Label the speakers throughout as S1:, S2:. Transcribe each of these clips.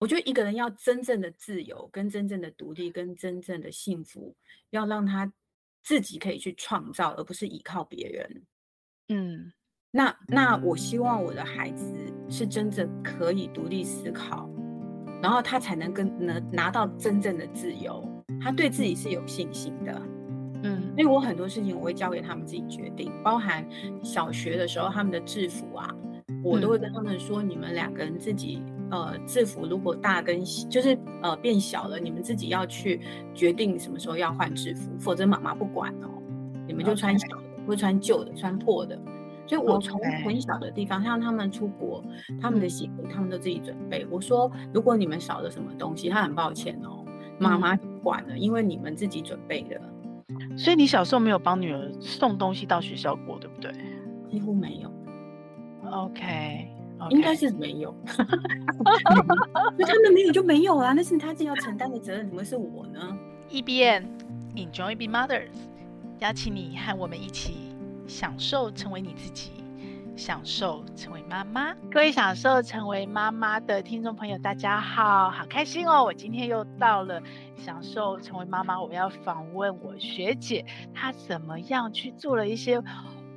S1: 我觉得一个人要真正的自由、跟真正的独立、跟真正的幸福，要让他自己可以去创造，而不是依靠别人。
S2: 嗯。
S1: 那那我希望我的孩子是真正可以独立思考，然后他才能跟能拿到真正的自由，他对自己是有信心的。
S2: 嗯。
S1: 所以我很多事情我会交给他们自己决定，包含小学的时候他们的制服啊，我都
S2: 嗯。
S1: 会跟他们说：“你们两个人自己，呃，制服如果大跟小就是呃变小了，你们自己要去决定什么时候要换制服，否则妈妈不管哦，你们就穿
S2: OK。
S1: 小的，不穿旧的，穿破的。”所以我从
S2: OK。
S1: 很小的地方让他们出国，他们的
S2: 嗯。
S1: 行李他们都自己准备。我说：“如果你们少了什么东西，他很抱歉哦，妈
S2: 嗯。
S1: 妈不管了，因为你们自己准备的。”
S2: 所以你小时候没有帮女儿送东西到学校过，对不对？
S1: 几乎没有。
S2: OK，
S1: 应该
S2: OK。
S1: 是没 有，就他们没有就没有啊，那是他自己要承担的责任，怎么会是我呢？
S2: EBN，Enjoy Be Mothers，邀请你和我们一起享受成为你自己，享受成为妈妈。各位享受成为妈妈的听众朋友，大家好，好开心哦！我今天又到了享受成为妈妈，我要访问我学姐，她怎么样去做了一些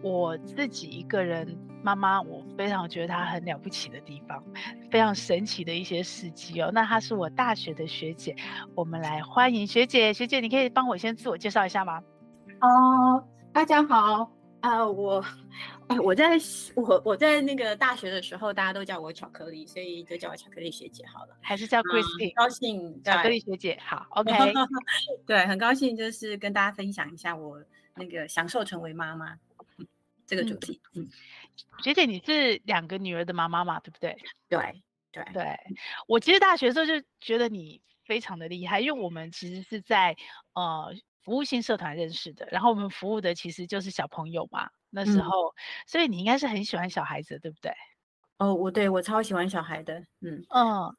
S2: 我自己一个人妈妈，我非常觉得她很了不起的地方，非常神奇的一些事迹哦。那她是我大学的学姐。我们来欢迎学姐。学姐，你可以帮我先自我介绍一下吗？
S1: 哦，大家好，啊、我，哎，我在我我在那个大学的时候，大家都叫我巧克力，所以就叫我巧克力学姐好了。
S2: 还是叫
S1: 嗯，
S2: Christine
S1: 高兴
S2: 巧克
S1: 对，
S2: 力学姐？好，OK，
S1: 对，很高兴就是跟大家分享一下我那个享受成为妈妈这个主
S2: 嗯，
S1: 题。嗯，
S2: 学姐，你是两个女儿的妈妈嘛，对不对？
S1: 对对，
S2: 对，我其实大学的时候就觉得你非常的厉害，因为我们其实是在呃服务性社团认识的，然后我们服务的其实就是小朋友嘛，那时
S1: 嗯，
S2: 候，所以你应该是很喜欢小孩子的，对不对？
S1: 哦，我对我超喜欢小孩的，嗯。
S2: 嗯，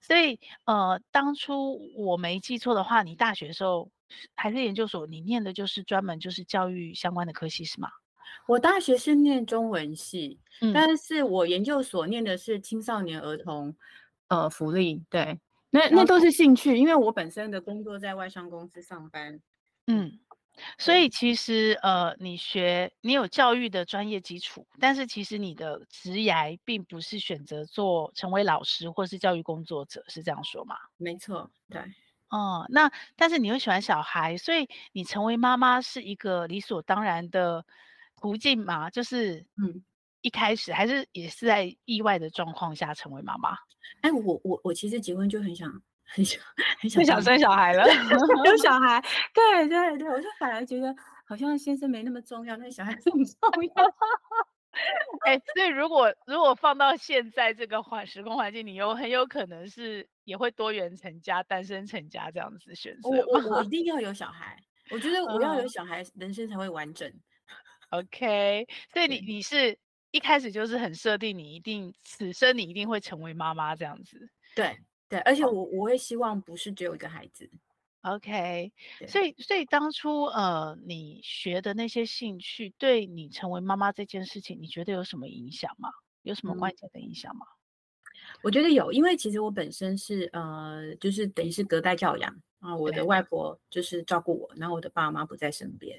S2: 所以呃，当初我没记错的话，你大学的时候还是研究所，你念的就是专门就是教育相关的科系是吗？
S1: 我大学是念中文系，
S2: 嗯，
S1: 但是我研究所念的是青少年儿童，呃，福利。对，那那都
S2: OK，
S1: 是兴趣，因为我本身的工作在外商公司上班。嗯，
S2: 嗯，所
S1: 对，
S2: 以其实呃，你学你有教育的专业基础，但是其实你的职涯并不是选择做成为老师或是教育工作者，是这样说吗？
S1: 没错，对，
S2: 哦，那但是你又喜欢小孩，所以你成为妈妈是一个理所当然的途径吗？就是
S1: 嗯。
S2: 一开始还是也是在意外的状况下成为妈妈，
S1: 哎，我我我其实结婚就很想很想很
S2: 就
S1: 想当
S2: 想
S1: 妈
S2: 生小孩了。
S1: 妈，有小孩，对对对，我就反而觉得好像先生没那么重要，但是小孩很重要。
S2: 哎，所以如果如果放到现在这个环时空环境，你有很有可能是也会多元成家、单身成家这样子选
S1: 我
S2: 择
S1: 我我
S2: 吗？
S1: 一定要有小孩，我觉得我要有
S2: 嗯
S1: 小孩，人生才会完整。
S2: ，OK，所以你
S1: 对。
S2: 你是一开始就是很设定你一定此生你一定会成为妈妈这样子。
S1: 对对，而且
S2: 哦
S1: 我我会希望不是只有一个孩子，
S2: ，OK，所
S1: 对，
S2: 以所以当初呃你学的那些兴趣，对你成为妈妈这件事情，你觉得有什么影响吗？有什么
S1: 嗯，
S2: 关键的影响吗？
S1: 我觉得有，因为其实我本身是呃，就是等于是隔代教养啊，我的
S2: 对
S1: 外婆就是照顾我，然后我的爸妈不在身边，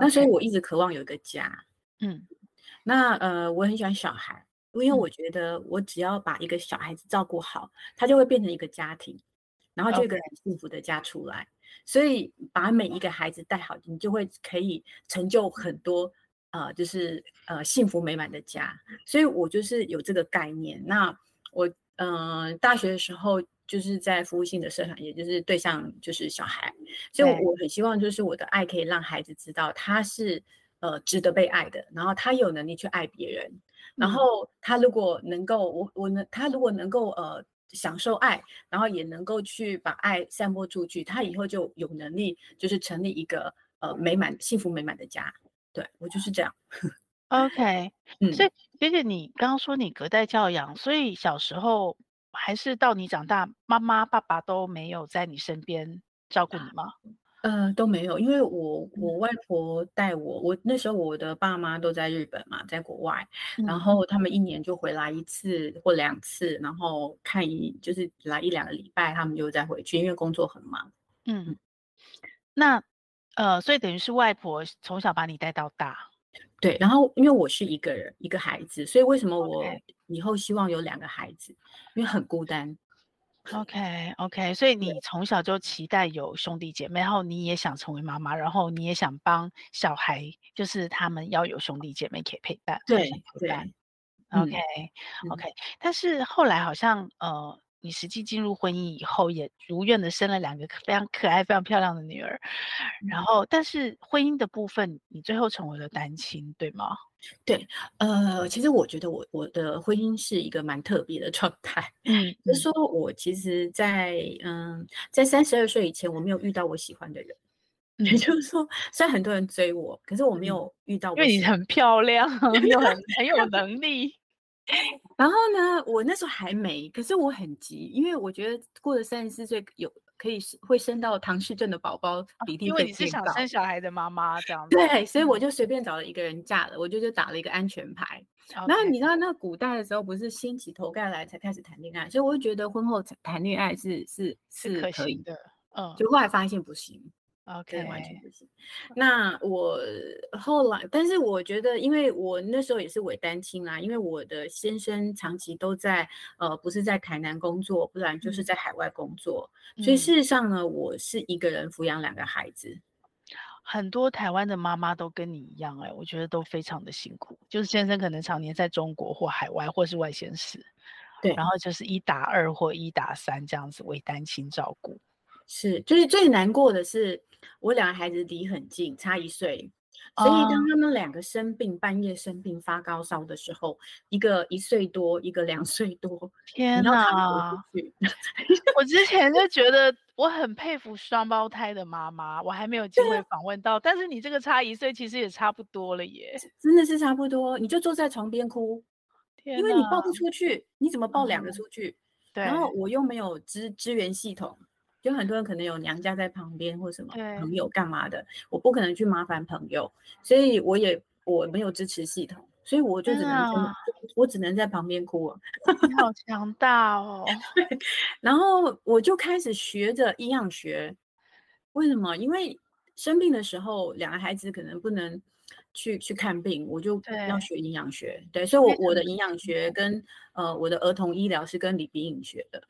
S1: 那所以
S2: ，OK，
S1: 我一直渴望有一个家。
S2: 嗯
S1: 那呃，我很喜欢小孩，因为
S2: 嗯
S1: 我觉得我只要把一个小孩子照顾好，他就会变成一个家庭，然后就有一个
S2: ，OK，
S1: 很幸福的家出来。所以把每一个孩子带好，你就会可以成就很多呃，就是呃幸福美满的家。所以我就是有这个概念。那我呃大学的时候就是在服务性的社团，也就是对象就是小孩，所以
S2: 对，
S1: 我很希望就是我的爱可以让孩子知道他是呃值得被爱的，然后他有能力去爱别人，然
S2: 嗯
S1: 后他如果能够我我能他如果能够呃享受爱，然后也能够去把爱散播出去，他以后就有能力就是成立一个呃美满幸福美满的家。对我就是这样，
S2: ，OK，所
S1: 嗯。
S2: 以学姐，你刚刚说你隔代教养，所以小时候还是到你长大，妈妈爸爸都没有在你身边照顾你吗？
S1: 呃，都没有，因为我我外婆带我，我那时候我的爸妈都在日本嘛，在国外，
S2: 嗯
S1: 然后他们一年就回来一次或两次，然后看一就是来一两个礼拜，他们就再回去，因为工作很忙。
S2: 嗯，那呃，所以等于是外婆从小把你带到大。
S1: 对，然后因为我是一个人一个孩子，所以为什么我
S2: OK
S1: 以后希望有两个孩子？因为很孤单。
S2: OK OK，所以你从小就期待有兄弟姐妹，然后你也想成为妈妈，然后你也想帮小孩，就是他们要有兄弟姐妹可以陪伴，互相
S1: 对
S2: 陪
S1: 对，
S2: 伴。
S1: 嗯
S2: OK OK，但是后来好像呃，你实际进入婚姻以后，也如愿的生了两个可非常可爱、非常漂亮的女儿。
S1: 嗯
S2: 然后，但是婚姻的部分，你最后成为了单亲，对吗？
S1: 呃，其实我觉得我我的婚姻是一个蛮特别的状态，
S2: 嗯，
S1: 就是说我其实在，嗯，在三十二岁以前，我没有遇到我喜欢的人，
S2: 嗯
S1: 也就是说，虽然很多人追我，可是我没
S2: 嗯
S1: 有遇到
S2: 因
S1: 我
S2: 为
S1: 喜
S2: 你
S1: 欢。
S2: 很漂亮， 又很很有能力。
S1: 然后呢，我那时候还没，可是我很急，因为我觉得过了三十四岁有可以是会生到唐氏症的宝宝比例
S2: 哦因
S1: 会
S2: 为你是
S1: 变
S2: 想
S1: 高。
S2: 生小嗯孩的妈妈这样子。
S1: 对，所以我就随便找了一个人嫁了，我就就打了一个安全牌。然后
S2: OK，
S1: 你知道，那古代的时候不是掀起头盖来才开始谈恋爱，所以我就觉得婚后才谈恋爱是是
S2: 是
S1: 是
S2: 可
S1: 可以
S2: 行，的。嗯
S1: 就后来发现不行，真的完全
S2: ，OK，
S1: 不行。那我后来，但是我觉得，因为我那时候也是伪单亲啦，因为我的先生长期都在呃，不是在台南工作，不然就是
S2: 嗯
S1: 在海外工作，所以
S2: 嗯
S1: 事实上呢，我是一个人抚养两个孩子。
S2: 很多台湾的妈妈都跟你一样、哎，我觉得都非常的辛苦。就是先生可能常年在中国或海外或是外县市，
S1: 对
S2: 然后就是一打二或一打三这样子为单亲照顾。
S1: 是，就是最难过的是，我两个孩子离很近，差一岁，所以
S2: 哦
S1: 当他们两个生病，半夜生病发高烧的时候，一个一岁多，一个两岁多，
S2: 天
S1: 你要扛不
S2: 哪！
S1: 出去。
S2: 我之前就觉得我很佩服双胞胎的妈妈，我还没有机
S1: 啊
S2: 会访问到，但是你这个差一岁，其实也差不多了耶。
S1: 真的是差不多，你就坐在床边哭，
S2: 天
S1: 因为你抱
S2: 哪！
S1: 不出去，你怎么抱两个
S2: 嗯
S1: 出去？
S2: 对
S1: 然后我又没有支支援系统，就很多人可能有娘家在旁边或什么
S2: 对，
S1: 朋友干嘛的，我不可能去麻烦朋友，所以我也我没有支持系统，所以我就
S2: 天啊
S1: 只能真的
S2: 哪，
S1: 我只能在旁边哭啊。
S2: 你好强大哦！
S1: 然后我就开始学着营养学，为什么？因为生病的时候，两个孩子可能不能去去看病，我就要
S2: 对，
S1: 学营养学。对，所以
S2: 非
S1: 我我的
S2: 常的
S1: 营养
S2: 辛
S1: 学
S2: 苦。
S1: 跟呃我的儿童医疗是跟李炳颖学的。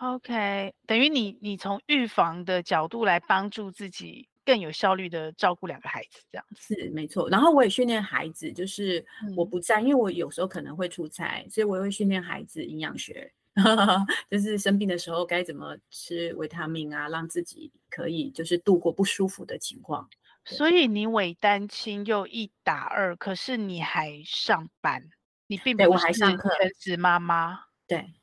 S2: OK，等于你你从预防的角度来帮助自己更有效率的照顾两个孩子，这样子。
S1: 是没错，然后我也训练孩子，就是我
S2: 嗯，
S1: 不在，因为我有时候可能会出差，所以我也会训练孩子营养学， 就是生病的时候该怎么吃维他命啊，让自己可以就是度过不舒服的情况。对，
S2: 所以你伪单亲又一打二，可是你还上班，你并
S1: 对
S2: 不
S1: 我
S2: 是
S1: 还上课，
S2: 全职妈妈。
S1: 对，嗯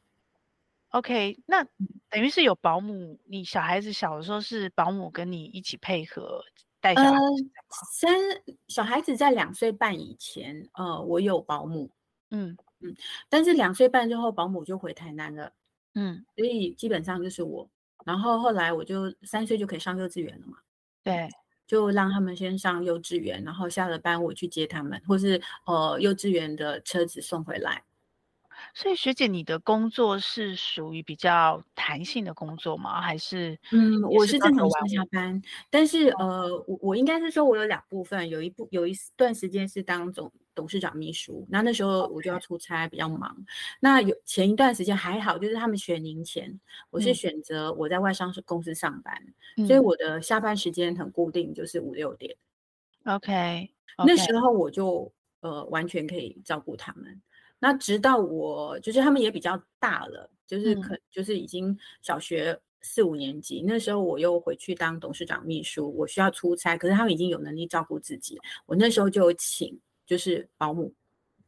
S2: OK，那等于是有保姆，你小孩子小的时候是保姆跟你一起配合带小
S1: 呃，
S2: 孩子的吗？
S1: 三小孩子在两岁半以前，呃，我有保姆，
S2: 嗯
S1: 但是两岁半之后，保姆就回台南了，
S2: 嗯，
S1: 所以基本上就是我。然后后来我就三岁就可以上幼稚园了嘛，
S2: 对，
S1: 就让他们先上幼稚园，然后下了班我去接他们，或是呃幼稚园的车子送回来。
S2: 所以学姐，你的工作是属于比较弹性的工作吗？还是
S1: 嗯，
S2: 也
S1: 我
S2: 是
S1: 是
S2: 朝
S1: 正
S2: 九
S1: 常
S2: 晚
S1: 上下
S2: 五？
S1: 班，但是
S2: 嗯
S1: 呃，我我应该是说，我有两部分，有一部有一段时间是当总董事长秘书，那那时候我就要出差，比较忙。那有前一段时间还好，就是他们选龄前，我是
S2: 嗯
S1: 选择我在外商公司上班，所以
S2: 嗯
S1: 我的下班时间很固定，就是五六点。
S2: ，OK
S1: 那
S2: OK，
S1: 时候我就呃完全可以照顾他们。那直到我就是他们也比较大了，就是
S2: 嗯
S1: 可就是已经小学四五年级，那时候我又回去当董事长秘书，我需要出差，可是他们已经有能力照顾自己，我那时候就有请就是保姆，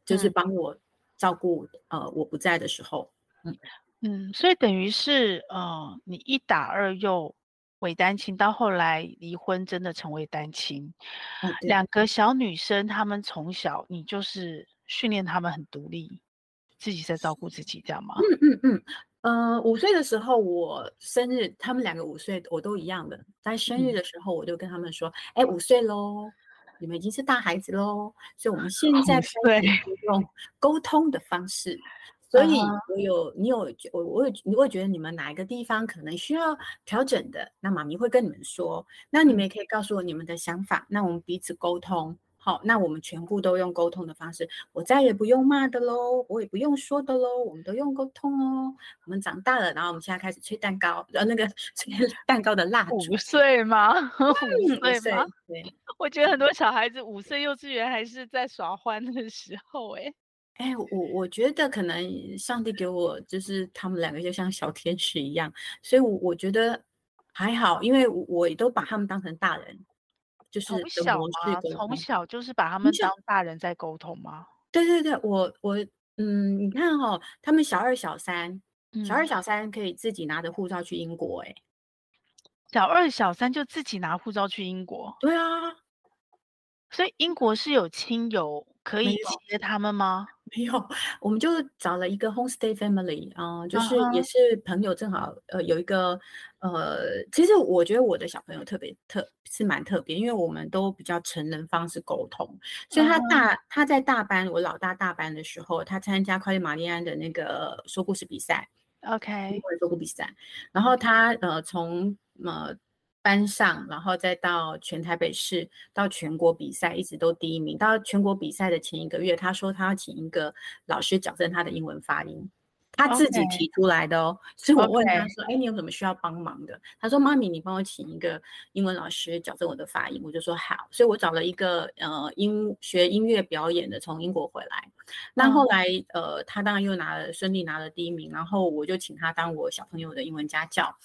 S1: 就是
S2: 嗯
S1: 帮我照顾呃我不在的时候，嗯，
S2: 嗯，所以等于是呃，你一打二又伪单亲，到后来离婚，真的成为单亲。
S1: 哦对。
S2: 两个小女生，她们从小你就是训练她们很独立，自己在照顾自己，这样吗？
S1: 嗯嗯嗯，呃，五岁的时候我生日，他们两个五岁我都一样的，在生
S2: 嗯
S1: 日的时候我就跟他们说：“哎、五岁喽，你们已经是大孩子喽，所以我们现在
S2: 哦五
S1: 开始用沟通的方式。”所以
S2: 啊
S1: 我有你有觉我我有你会觉得你们哪一个地方可能需要调整的，那妈咪会跟你们说，那
S2: 嗯
S1: 你们也可以告诉我你们的想法，那我们彼此沟通。好，那我们全部都用沟通的方式，我再也不用骂的喽，我也不用说的喽，我们都用沟通哦。我们长大了，然后我们现在开始吹蛋糕，呃，那个吹 蛋糕的蜡烛。
S2: 五岁吗？
S1: 嗯
S2: 五
S1: 五
S2: 岁哦吗？
S1: 对，
S2: 我觉得很多小孩子五岁幼稚园还是在耍欢的时候、欸，
S1: 哎，我我觉得可能上帝给我就是他们两个就像小天使一样，所以我，我觉得还好，因为我我也都把他们当成大人，就是
S2: 从
S1: 的
S2: 小
S1: 模式
S2: 吗？
S1: 沟
S2: 从
S1: 通。
S2: 小就是把他们
S1: 小
S2: 当大人在沟通吗？
S1: 对对对，我我嗯，你看哦，他们小二小三，小二
S2: 嗯
S1: 小三可以自己拿着护照去英国，哎，
S2: 小二、小三就自己拿护照去英国，
S1: 对啊，
S2: 所以英国是有亲友可
S1: 没
S2: 以
S1: 有
S2: 接他们吗？
S1: 没有，我们就找了一个 homestay family 啊、就
S2: 啊
S1: 是也
S2: 哈
S1: 是朋友，正好呃有一个呃，其实我觉得我的小朋友特别特是蛮特别，因为我们都比较成人方式沟通，所以他
S2: 啊哈
S1: 大、他在大班，我老大大班的时候，他参加快乐玛丽安的那个说故事比赛，英
S2: OK，
S1: 文说故事比赛，然后他呃从呃班上，然后再到全台北市，到全国比赛，一直都第一名。到全国比赛的前一个月，他说他要请一个老师矫正他的英文发音，他自己
S2: OK
S1: 提出来的哦。所以我问他
S2: OK
S1: 说：“哎，你有什么需要帮忙的？”他说：“妈咪，你帮我请一个英文老师矫正我的发音。”我就说：“好。”所以我找了一个呃音学音乐表演的，从英国回来。那后
S2: 嗯
S1: 来，呃，他当然又拿了顺利拿了第一名，然后我就请他当我小朋友的英文家教。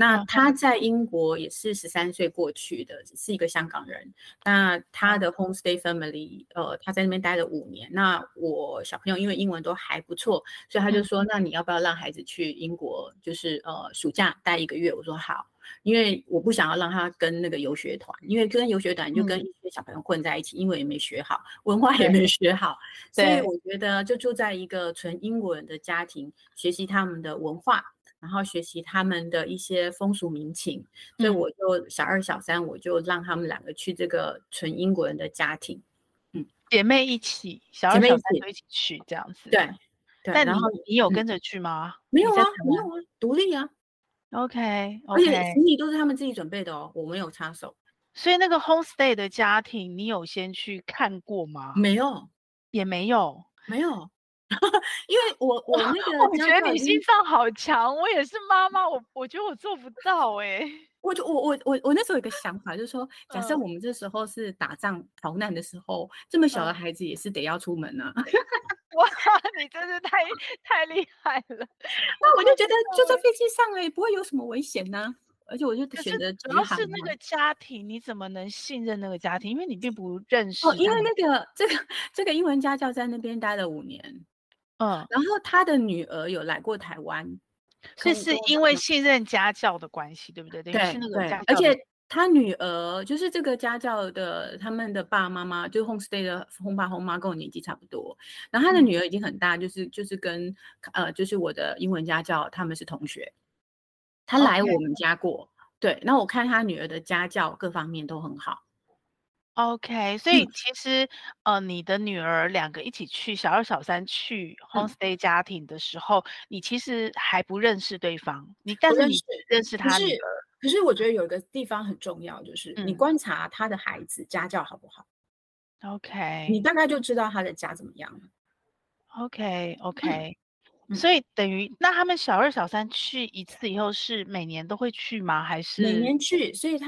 S1: 那
S2: 嗯
S1: 他在英国也是十三岁过去的，是一个香港人。那他
S2: 哦
S1: 的 homestay family，呃，他在那边待了五年。那我小朋友因为英文都还不错，所以他就
S2: 嗯
S1: 说：“那你要不要让孩子去英国，就是呃暑假待一个月？”我说：“好。”因为我不想要让他跟那个游学团，因为跟游学团就跟
S2: 嗯
S1: 一些小朋友混在一起，英文也没学好，文化也没学好，所以
S2: 对
S1: 我觉得，就住在一个纯英国人的家庭，学习他们的文化，然后学习他们的一些风俗民情。所以
S2: 嗯
S1: 我就小二、小三，我就让他们两个去这个纯英国人的家庭。
S2: 姐妹一起，小
S1: 姐
S2: 二、
S1: 妹
S2: 小
S1: 一
S2: 三
S1: 起
S2: 都一起去这样子。
S1: 对，，对。
S2: 但你
S1: 然后
S2: 你有
S1: 嗯
S2: 跟着去吗？
S1: 没
S2: 你
S1: 有
S2: 在
S1: 啊
S2: 台，
S1: 没有啊，独立啊，
S2: 湾 OK
S1: 而且
S2: OK，
S1: 行李都是他们自己准备的哦，我没有插手，
S2: 所以那个 homestay 的家庭，你有先去看过吗？
S1: 没有，
S2: 也没有。
S1: 没有， 因为我我那
S2: 我
S1: 个
S2: 觉
S1: 家
S2: 得
S1: 教
S2: 你
S1: 已经
S2: 心脏好强，我也是妈妈，我我觉得我做不到哎、
S1: 我就我我我我那时候有个想法，就是说，假设
S2: 嗯
S1: 我们这时候是打仗逃难的时候，这么小的
S2: 嗯
S1: 孩子也是得要出门啊呢、
S2: 哇，你真是太太厉害了！
S1: 那我就觉得就在
S2: 道
S1: 飞机上哎、也不会有什么危险呢、而且我就
S2: 可
S1: 选
S2: 是
S1: 择
S2: 主
S1: 直
S2: 要
S1: 航
S2: 是那
S1: 嘛。
S2: 个家庭，你怎么能信任那个家庭？因为你并不认识
S1: 哦，因
S2: 他
S1: 为
S2: 们。
S1: 那个这个这个英文家教在那边待了五年，
S2: 嗯，
S1: 然后他的女儿有来过台湾，
S2: 所
S1: 跟
S2: 以是
S1: 跟我
S2: 因为信任家教的关系，对不对？等于
S1: 嗯对
S2: 是那个
S1: 对
S2: 家，
S1: 而
S2: 教的
S1: 且他女儿就是这个家教的，他们的爸爸妈妈就是 homestay 的轰爸轰妈跟我年纪差不多，然后他的
S2: 嗯
S1: 女儿已经很大，就是就是跟呃就是我的英文家教他们是同学，他来
S2: OK
S1: 我们家过，对，那我看他女儿的家教各方面都很好，
S2: OK，
S1: 嗯
S2: 所以其实呃，你的女儿两个一起去小二、小三去
S1: 嗯
S2: homestay 家庭的时候，你其实还不认识对方，你但
S1: 不
S2: 是
S1: 认
S2: 你
S1: 识，
S2: 认识
S1: 可
S2: 他
S1: 是
S2: 女儿，
S1: 可是我觉得有一个地方很重要，就是你
S2: 嗯
S1: 观察他的孩子家教好不好，你
S2: ，OK
S1: 大概就知道他的家怎么样了，
S2: OK OK，
S1: 嗯
S2: 所以等于那他们小二、小三去一次以后是每年都会去吗？还
S1: 每
S2: 是
S1: 年去，所以他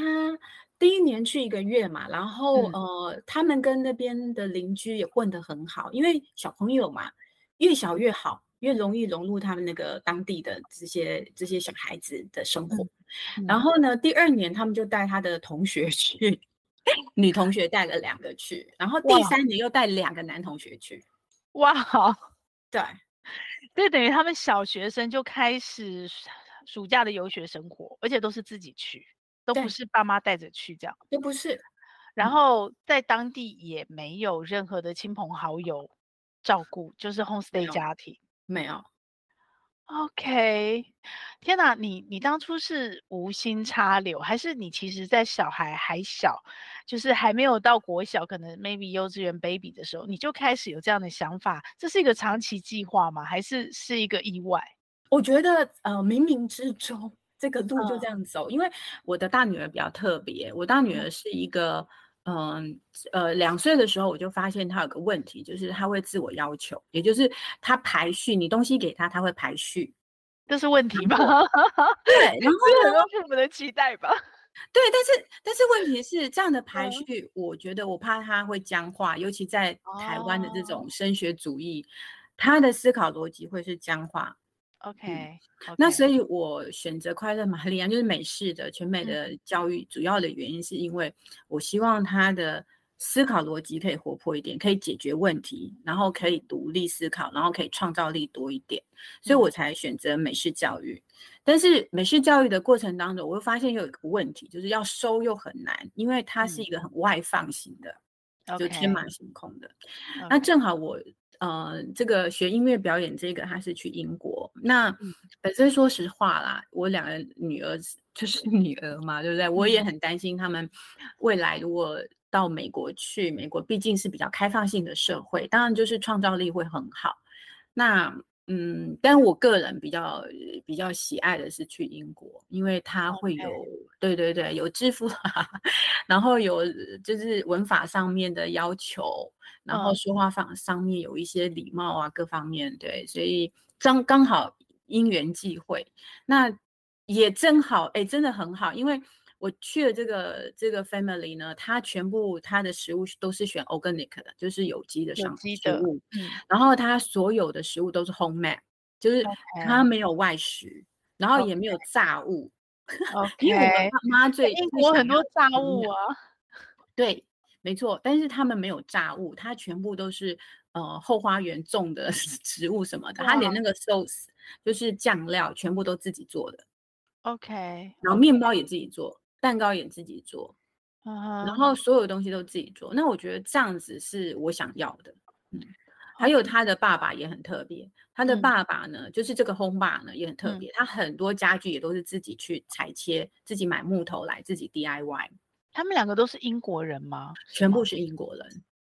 S1: 第一年去一个月嘛，然后
S2: 嗯
S1: 呃，他们跟那边的邻居也混得很好，因为小朋友嘛，越小越好，越容易融入他们那个当地的这些这些小孩子的生活。
S2: 嗯嗯
S1: 然后呢，第二年他们就带他的同学去， 女同学带了两个去，然后第
S2: 哇
S1: 三年又带两个男同学去，
S2: 哇 好，
S1: 对。
S2: 所以等于他们小学生就开始暑暑假的游学生活，而且都是自己去，都不
S1: 对
S2: 是爸妈带着去这样。
S1: 都不是，
S2: 然
S1: 嗯
S2: 后在当地也没有任何的亲朋好友照顾，就是
S1: 没
S2: homestay
S1: 有
S2: 家庭。
S1: 没有，
S2: OK，天哪，你你当初是无心插柳，还是你其实在小孩还小，就是还没有到国小，可能 maybe 幼稚园 baby 的时候，你就开始有这样的想法？这是一个长期计划吗？还是是一个意外？
S1: 我觉得呃，冥冥之中这个路就
S2: 嗯
S1: 这样走，因为我的大女儿比较特别，我大女儿是一个，嗯呃，两岁的时候我就发现她有个问题，就是她会自我要求，也就是她排序，你东西给她，她会排序，
S2: 这是问 题吗？
S1: 对，然后呢
S2: 是很多父母的期待吧？
S1: 嗯对，但是但是问题是这样的排
S2: 嗯
S1: 序，我觉得我怕他会僵化，尤其在台湾的
S2: 哦
S1: 这种升学主义，他的思考逻辑会是僵化。
S2: OK，
S1: 那
S2: OK
S1: 所以，我选择快乐玛丽安就是美式的全美
S2: 嗯
S1: 的教育，主要的原因是因为我希望他的思考逻辑可以活泼一点，可以解决问题，然后可以独立思考，然后可以创造力多一点，所以我
S2: 嗯
S1: 才选择美式教育。但是美式教育的过程当中，我又发现有一个问题，就是要收又很难，因为它是
S2: 嗯
S1: 一个很外放型的，就
S2: OK，
S1: 天马行空的。那
S2: OK
S1: 正好我呃，这个学音乐表演这个，他是去英国。那
S2: 嗯
S1: 本身说实话啦，我两个女儿是就是 女儿嘛，对不对？我也
S2: 嗯
S1: 很担心他们未来如果到美国去，美国毕竟是比较开放性的社会，当然就是创造力会很好。那嗯，但我个人比较比较喜爱的是去英国，因为它会
S2: OK
S1: 有对对对有致富啊，然后有就是文法上面的要求，然后
S2: 嗯
S1: 说话方上面有一些礼貌啊，各方面对，所以刚刚好因缘际会，那也正好，哎，真的很好，因为我去了这个这个 family 呢，它全部它的食物是都是选 organic 的，就是有机的
S2: 有
S1: 上
S2: 机
S1: 食
S2: 的
S1: 物，
S2: 嗯
S1: 然后它所有的食物都是 homemade，就是它
S2: OK
S1: 没有外食，然后也没有炸物，因为我们
S2: OK，
S1: 妈妈最
S2: 哎英
S1: 最
S2: 国
S1: 想
S2: 很多
S1: 要
S2: 炸
S1: 营
S2: 物
S1: 养
S2: 啊。
S1: 对，没错，但是他们没有炸物，它全部都是呃后花园种的 植物什么的，它连
S2: 哇
S1: 那个 sauce 就是酱料全部都自己做的，
S2: OK，
S1: 然后面包也自己做，蛋糕也自己做，
S2: 嗯
S1: 然
S2: 哼，
S1: 后所有东西都自己做。那我觉得这样子是我想要的。嗯，还有他的爸爸也很特别，他的
S2: 哦嗯
S1: 爸爸呢，就是这个烘爸呢也很特
S2: 嗯
S1: 别，他很多家具也都是自己去裁切，自己买木头来，自己 DIY，
S2: 他们两个都是英国人吗？是
S1: 全
S2: 吗
S1: 部是英国人。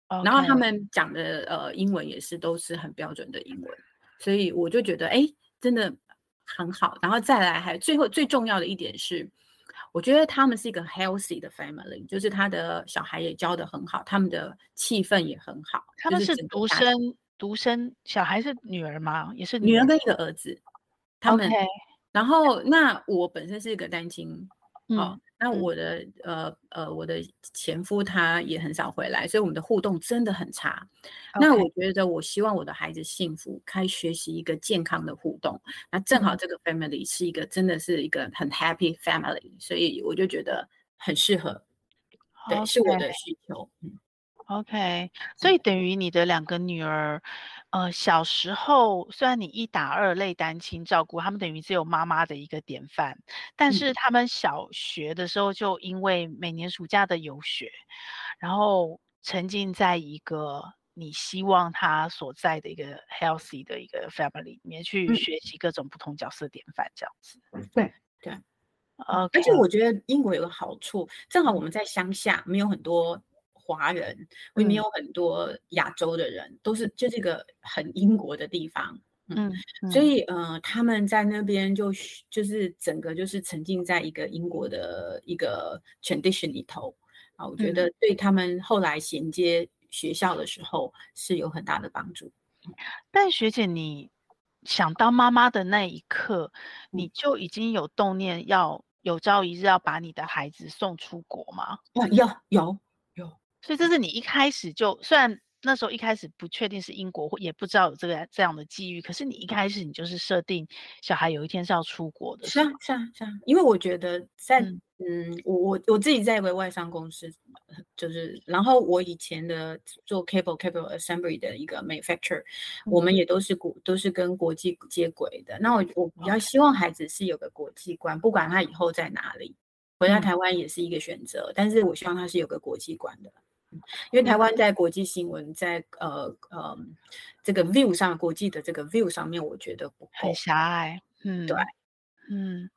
S2: ？OK，
S1: 然后他们讲的呃英文也是都是很标准的英文，所以我就觉得哎，诶真的很好。然后再来还最后最重要的一点是，我觉得他们是一个 healthy 的 family，就是他的小孩也教的很好，他们的气氛也很好，
S2: 他
S1: 就
S2: 们
S1: 是
S2: 是
S1: 整个
S2: 独
S1: 家
S2: 生独生小孩是女儿吗？也是
S1: 女儿
S2: 儿
S1: 跟一个儿子，他们
S2: OK，
S1: 然后，那我本身是一个单亲，哦
S2: 嗯，
S1: 那
S2: 嗯
S1: 我的呃呃，我的前夫他也很少回来，所以我们的互动真的很差。那
S2: OK
S1: 我觉得，我希望我的孩子幸福，开学习一个健康的互动。那正好
S2: 嗯
S1: 这个 family 是一个真的是一个很 happy family，所以我就觉得很适合，对，是我
S2: OK
S1: 的嗯需求。嗯，
S2: OK，所以等于你的两个女儿，呃，小时候虽然你一打二类单亲照顾，他们等于只有妈妈的一个典范，但
S1: 嗯
S2: 是他们小学的时候就因为每年暑假的游学，然后沉浸在一个你希望他所在的一个 healthy 的一个 family 里面去
S1: 嗯
S2: 学习各种不同角色典范这样子。
S1: 对对。
S2: OK，
S1: 而且我觉得英国有个好处，正好我们在乡下，没有很多华人，也没
S2: 嗯
S1: 有很多亚洲的人，都是就是一个很英国的地方，嗯，
S2: 嗯嗯，
S1: 所以呃，他们在那边就学就是整个就是沉浸在一个英国的一个 tradition 里头啊，我觉
S2: 嗯
S1: 得对他们后来衔接学校的时候是有很大的帮助。
S2: 但学姐，你想当妈妈的那一刻，你
S1: 嗯，
S2: 就已经有动念要有朝一日要把你的孩子送出国吗？
S1: 哇哦有有有，
S2: 所以这是你一开始就，虽然那时候一开始不确定是英国，或也不知道有这个这样的机遇，可是你一开始你就是设定小孩有一天是要出国的，
S1: 是
S2: 是
S1: 啊
S2: 吗？，
S1: 是啊，是啊，因为我觉得在
S2: 嗯
S1: 嗯，我我我自己在一个外商公司，呃就是然后我以前的做 cable cable assembly 的一个 manufacturer，我
S2: 嗯
S1: 们也都是国都是跟国际接轨的。那我我比较
S2: ，OK，
S1: 希望孩子是有个国际观，不管他以后在哪里，回到
S2: 嗯
S1: 台湾也是一个选择，但是我希望他是有个国际观的。嗯因
S2: 嗯
S1: 为台湾在国际新闻，在呃呃这个 view 上，国际的这个 view 上面，我觉得不够
S2: 很。狭隘，嗯，
S1: 哦对，
S2: 嗯，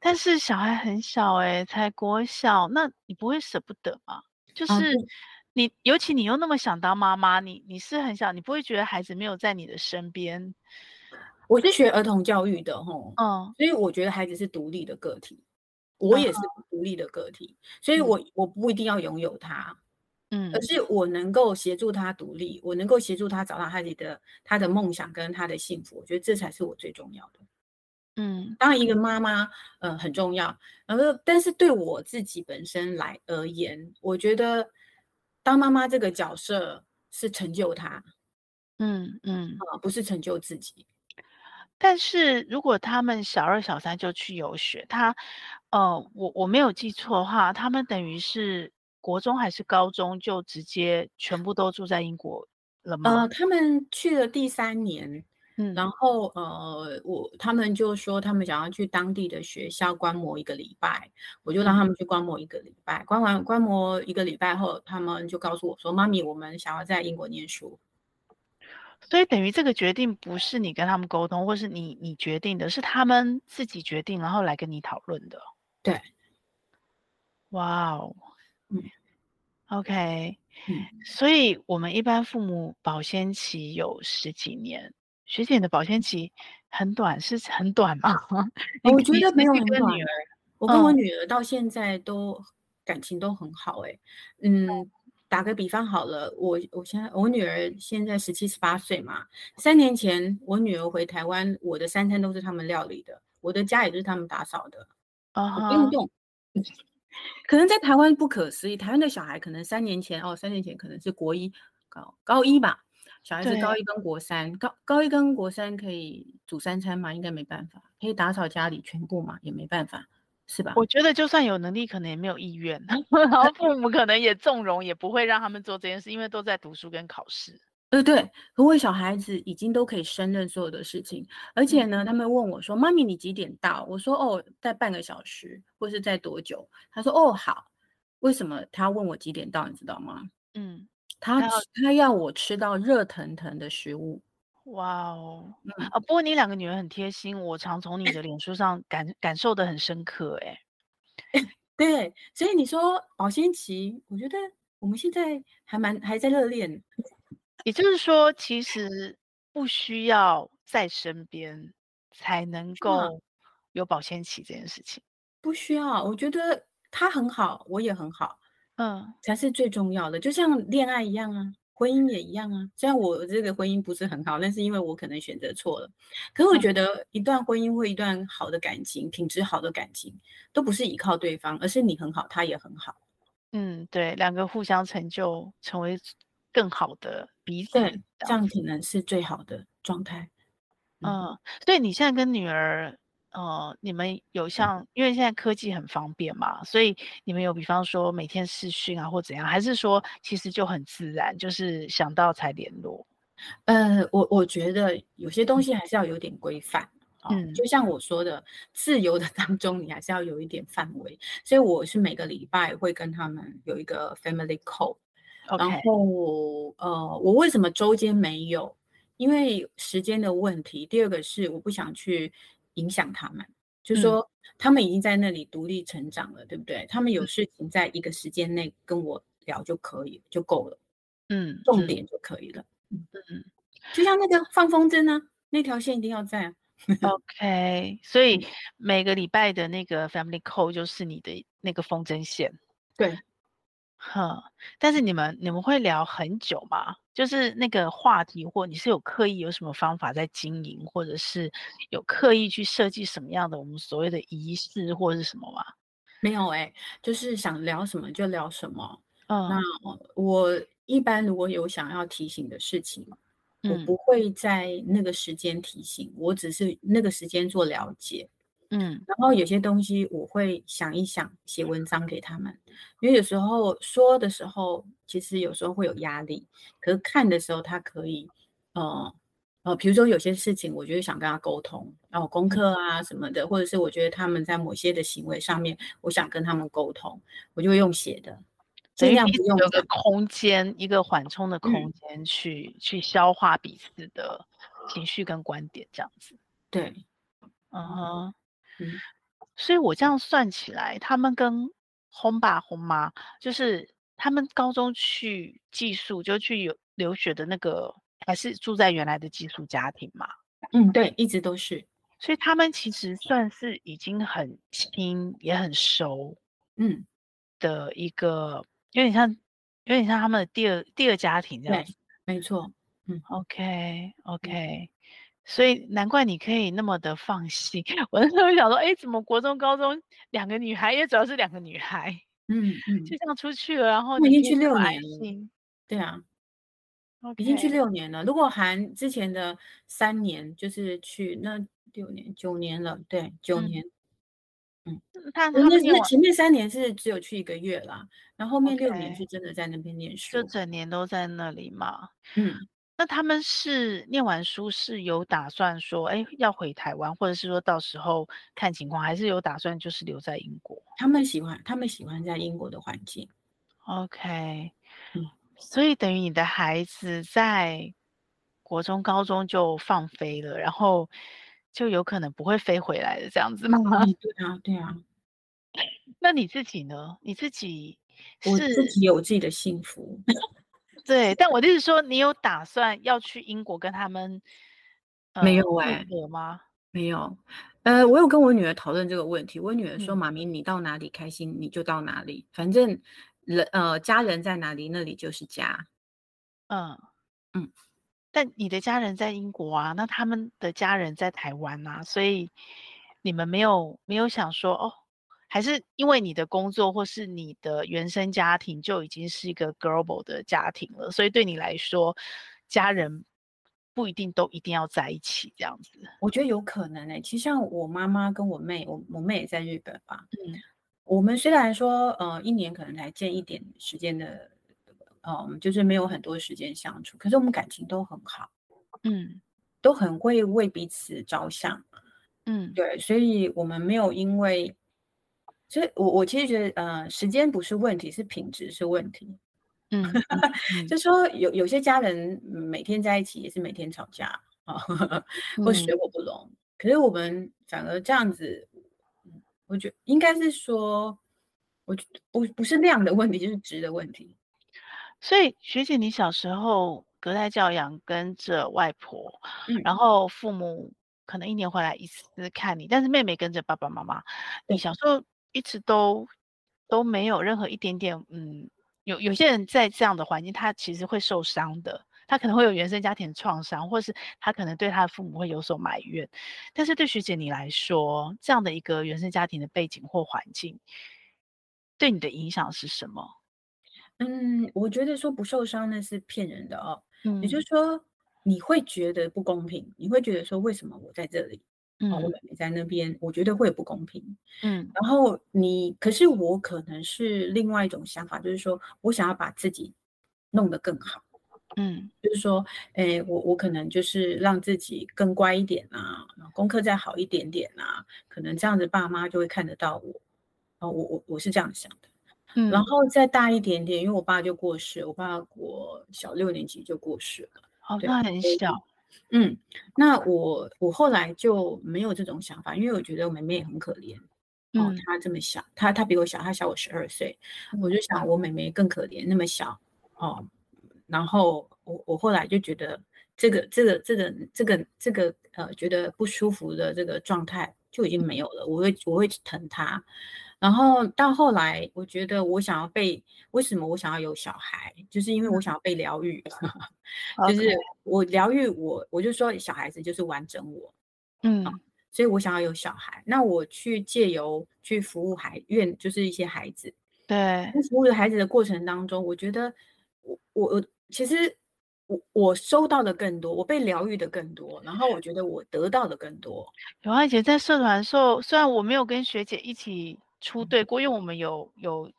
S2: 但是小孩很小哎、才国小，那你不会舍不得吗？就
S1: 啊
S2: 是
S1: 对
S2: 你，尤其你又那么想当妈妈，你你是很小，你不会觉得孩子没有在你的身边，
S1: 我是学儿童教育的吼，
S2: 嗯
S1: 所以我觉得孩子是独立的个体，我也是独立的个体，所以我我不一定要拥有他，
S2: 嗯
S1: 而是我能够协助他独立，我能够协助他找到他自己的他的梦想跟他的幸福，我觉得这才是我最重要的。
S2: 嗯
S1: 当然，一个妈妈，呃，很重要。然后，但是对我自己本身来而言，我觉得当妈妈这个角色是成就她，啊、
S2: 嗯嗯。
S1: 不是成就自己。
S2: 但是如果他们小二、小三就去游学，他，呃，我我没有记错的话，他们等于是国中还是高中就直接全部都住在英国了吗？
S1: 呃，他们去了第三年，
S2: 嗯
S1: 然后呃，我他们就说他们想要去当地的学校观摩一个礼拜，我就让他们去观摩一个礼拜。观完观摩一个礼拜后，他们就告诉我说：“妈咪，我们想要在英国念书。
S2: 所以等于这个决定不是你跟他们沟通，或是你你决定的，是他们自己决定，然后来跟你讨论的。
S1: 对，
S2: 哇哦，
S1: 嗯
S2: ，OK，”
S1: 嗯，
S2: 所以我们一般父母保鲜期有十几年，学姐你的保鲜期很短，是很短吗？ 你
S1: 我
S2: 跟
S1: 觉
S2: 你
S1: 得
S2: 是
S1: 没有
S2: 你
S1: 很
S2: 跟
S1: 短
S2: 女
S1: 欸
S2: 儿，
S1: 我跟我
S2: 嗯
S1: 女儿到现在都感情都很好、欸，嗯，打个比方好了，我我现在我女儿现在十七十八岁嘛，三年前我女儿回台湾，我的三餐都是他们料理的，我的家也是他们打扫的，我
S2: 啊
S1: 不用
S2: 哈，
S1: 动。 可能在台湾不可思议，台湾的小孩可能三年前哦，三年前可能是国一高高一吧，小孩子高
S2: 对
S1: 一跟国三，高高一跟国三可以煮三餐嘛，应该没办法，可以打扫家里全部嘛，也没办法，是吧？
S2: 我觉得就算有能力，可能也没有意愿， 然后父母可能也纵容，也不会让他们做这件事，因为都在读书跟考试。
S1: 对呃对，可我小孩子已经都可以胜任所有的事情，而且呢，他们问我说：“妈咪，你几点到？”我说：“哦，在半个小时，或是在多久？”他说：“哦，好。”为什么他要问我几点到？你知道吗？
S2: 嗯，
S1: 他
S2: 他要
S1: 吃他要我吃到热腾腾的食物。
S2: 哇哦，
S1: 嗯，
S2: 啊，不过你两个女儿很贴心，我常从你的脸书上感感受的很深刻、欸，哎，
S1: 对，所以你说保鲜期，我觉得我们现在还蛮还在热恋。
S2: 也就是说，其实不需要在身边才能
S1: 需要
S2: 够有保鲜期这件事情。
S1: 不需要，我觉得他很好，我也很好，
S2: 嗯，
S1: 才是最重要的。就像恋爱一样啊，婚姻也一样啊。虽然我这个婚姻不是很好，但是因为我可能选择错了，可是我
S2: 嗯
S1: 觉得一段婚姻或一段好的感情，品质好的感情，都不是依靠对方，而是你很好，他也很好。
S2: 嗯，对，两个互相成就，成为更好的彼此，
S1: 对，
S2: 这
S1: 这
S2: 样
S1: 样
S2: 子。
S1: 可能是最好的状态。嗯，
S2: 嗯，所以你现在跟女儿，呃，你们
S1: 嗯
S2: 有像，因为现在科技很方便嘛，所以你们有比方说每天视讯啊，或怎样，还是说其实就很自然，就是想到才联络？
S1: 呃，我我觉得有些东西还是要有点规范。哦，
S2: 嗯
S1: 就像我说的，自由的 当中，你还是要有一点范围。所以我是每个礼拜会跟他们有一个 family call，然
S2: ，OK，
S1: 后呃，我为什么周间没有？因为时间的问题。第二个是我不想去影响他们，就
S2: 嗯
S1: 说他们已经在那里独立成长了，对不对？他们
S2: 嗯
S1: 有事情在一个时间内跟我聊就可以，就够了，
S2: 嗯
S1: 重
S2: 嗯
S1: 点就可以了。
S2: 嗯
S1: 就像那个放风筝呢，那条线一定要在啊。
S2: ，OK，所以
S1: 嗯
S2: 每个礼拜的那个 Family Call 就是你的那个风筝线。
S1: 对，
S2: 哼，但是你们你们会聊很久吗？就是那个话题，或你是有刻意有什么方法在经营，或者是有刻意去设计什么样的我们所谓的仪式或者是什么吗？
S1: 没有哎、就是想聊什么就聊什么。那
S2: 嗯
S1: 我一般如果有想要提醒的事情，我
S2: 嗯
S1: 不会在那个时间提醒，我只是那个时间做了解。
S2: 嗯
S1: 然后有些东西我会想一想，写文章给他们，因为有时候说的时候，其实有时候会有压力，可是看的时候他可以，呃呃，比如说有些事情，我就是想跟他沟通，然后功课啊什么的，或者是我觉得他们在某些的行为上面，我想跟他们沟通，我就会用写的，
S2: 等
S1: 尽
S2: 于
S1: 量
S2: 彼
S1: 不
S2: 此
S1: 用
S2: 有个
S1: 讲
S2: 空间，一个缓冲的空
S1: 嗯
S2: 间去、去消化彼此的情绪跟观点，这样子。
S1: 对，
S2: 嗯哼，
S1: 嗯
S2: 所以我这样算起来，他们跟轰爸轰妈，就是他们高中去寄宿，就去有留学的那个，还是住在原来的寄宿家庭嘛，
S1: 嗯，对，一直都是，
S2: 所以他们其实算是已经很亲也很熟
S1: 嗯，
S2: 的一个，有点像，有点像他们的第二第二家庭这样
S1: 对
S2: 子。，
S1: 没错，嗯
S2: OK OK，所以难怪你可以那么的放心。 我那时候想说，哎，怎么国中、高中两个女孩，因为主要是两个女孩，
S1: 嗯嗯，
S2: 就这样出去了，然后
S1: 我已经
S2: 你可以
S1: 去
S2: 这
S1: 六
S2: 么安
S1: 年了
S2: 心
S1: 对啊，
S2: ，OK，
S1: 已经去六年了。如果含之前的三年，就是去那六年、九年了，对，九
S2: 嗯
S1: 年。
S2: 但
S1: 那
S2: 他们念
S1: 那
S2: 完
S1: 前面三年是只有去一个月啦，然后后面六年
S2: OK
S1: 是真的在那边念
S2: 就
S1: 书。
S2: 整年都在那里嘛。
S1: 嗯，
S2: 那他们是念完书是有打算说，哎，要回台湾，或者是说到时候看情况，还是有打算就是留在英国
S1: 他们喜欢，他们喜欢在英国的环境。
S2: ？OK，
S1: 嗯
S2: 所以等于你的孩子在国中、高中就放飞了，然后就有可能不会飞回来的这样子吗？
S1: 嗯，对啊，对啊，
S2: 那你自己呢？你自己
S1: 我自
S2: 是
S1: 己有自己的幸福。
S2: 对，但我的意思说，你有打算要去英国跟他们
S1: 没有
S2: 呃
S1: 欸
S2: 会合吗？
S1: 没有，呃，我有跟我女儿讨论这个问题。我女儿说：“
S2: 嗯
S1: 妈咪，你到哪里开心，你就到哪里，反正人呃家人在哪里，那里就是家。
S2: 嗯
S1: 嗯，
S2: 但你的家人在英国啊，那他们的家人在台湾啊，所以你们没有没有想说哦，还是因为你的工作或是你的原生家庭就已经是一个 global 的家庭了，所以对你来说，家人不一定都一定要在一起这样子。”
S1: 我觉得有可能呢、欸其实像我妈妈跟我妹，我我妹也在日本吧。
S2: 嗯
S1: 我们虽然说呃一年可能才见一点时间的，嗯、就是没有很多时间相处，可是我们感情都很好，
S2: 嗯
S1: 都很会为彼此着想。
S2: 嗯
S1: 对，所以我们没有因为，所以我我其实觉得，呃，时间不是问题，是品质是问题。
S2: 嗯嗯嗯
S1: 就说有有些家人嗯每天在一起也是每天吵架啊， 或水
S2: 嗯
S1: 火不容。可是我们反而这样子，嗯我觉应该是说，我觉不不是量的问题，就是值的问题。
S2: 所以学姐，你小时候隔代教养，跟着外婆，然
S1: 嗯，
S2: 后父母可能一年回来一次看你，但是妹妹跟着爸爸妈妈，你
S1: 对，
S2: 小时候一直都都没有任何一点点，嗯，有有些人在这样的环境，他其实会受伤的。他可能会有原生家庭创伤，或是他可能对他的父母会有所埋怨，但是对学姐你来说，这样的一个原生家庭的背景或环境，对你的影响是什么？
S1: 嗯，我觉得说不受伤那是骗人的哦，也就
S2: 嗯
S1: 是说你会觉得不公平，你会觉得说为什么我在这里，哦，我
S2: 嗯
S1: 妹妹在那边，我觉得会不公平。
S2: 嗯
S1: 然后你，可是我可能是另外一种想法，就是说我想要把自己弄得更好，
S2: 嗯
S1: 就是说，诶，我我可能就是让自己更乖一点啊，然后功课再好一点点啊，可能这样子爸妈就会看得到我。哦，我我我是这样想的。然
S2: 嗯，
S1: 后再大一点点，因为我爸就过世，我爸我小六年级就过世了，
S2: 哦，
S1: 对，
S2: 那很
S1: 所以
S2: 小，
S1: 嗯，那我我后来就没有这种想法，因为我觉得我妹妹也很可怜哦，
S2: 嗯
S1: 她这么小，她她比我小，她小我十二岁，我
S2: 嗯
S1: 就想我妹妹更可怜，那么小哦，然后我我后来就觉得这个这个这个这个这个呃觉得不舒服的这个状态就已经没有了，我会我会疼她，然后到后来我觉得我想要被为什么我想要有小孩，就是因为
S2: 嗯
S1: 我想要被疗愈。就
S2: ，OK，
S1: 是我疗愈我，我就说小孩子就是完整我，
S2: 嗯
S1: 所以我想要有小孩。那我去借由去服务孩院，就是一些孩子，
S2: 对，
S1: 在服务的孩子的过程当中，我觉得我我我其实我我收到的更多，我被疗愈的更多，然后我觉得我得到的更多。
S2: 有啊，以前在社团的时候，虽然我没有跟学姐一起出
S1: 嗯
S2: 队过，因为我们有有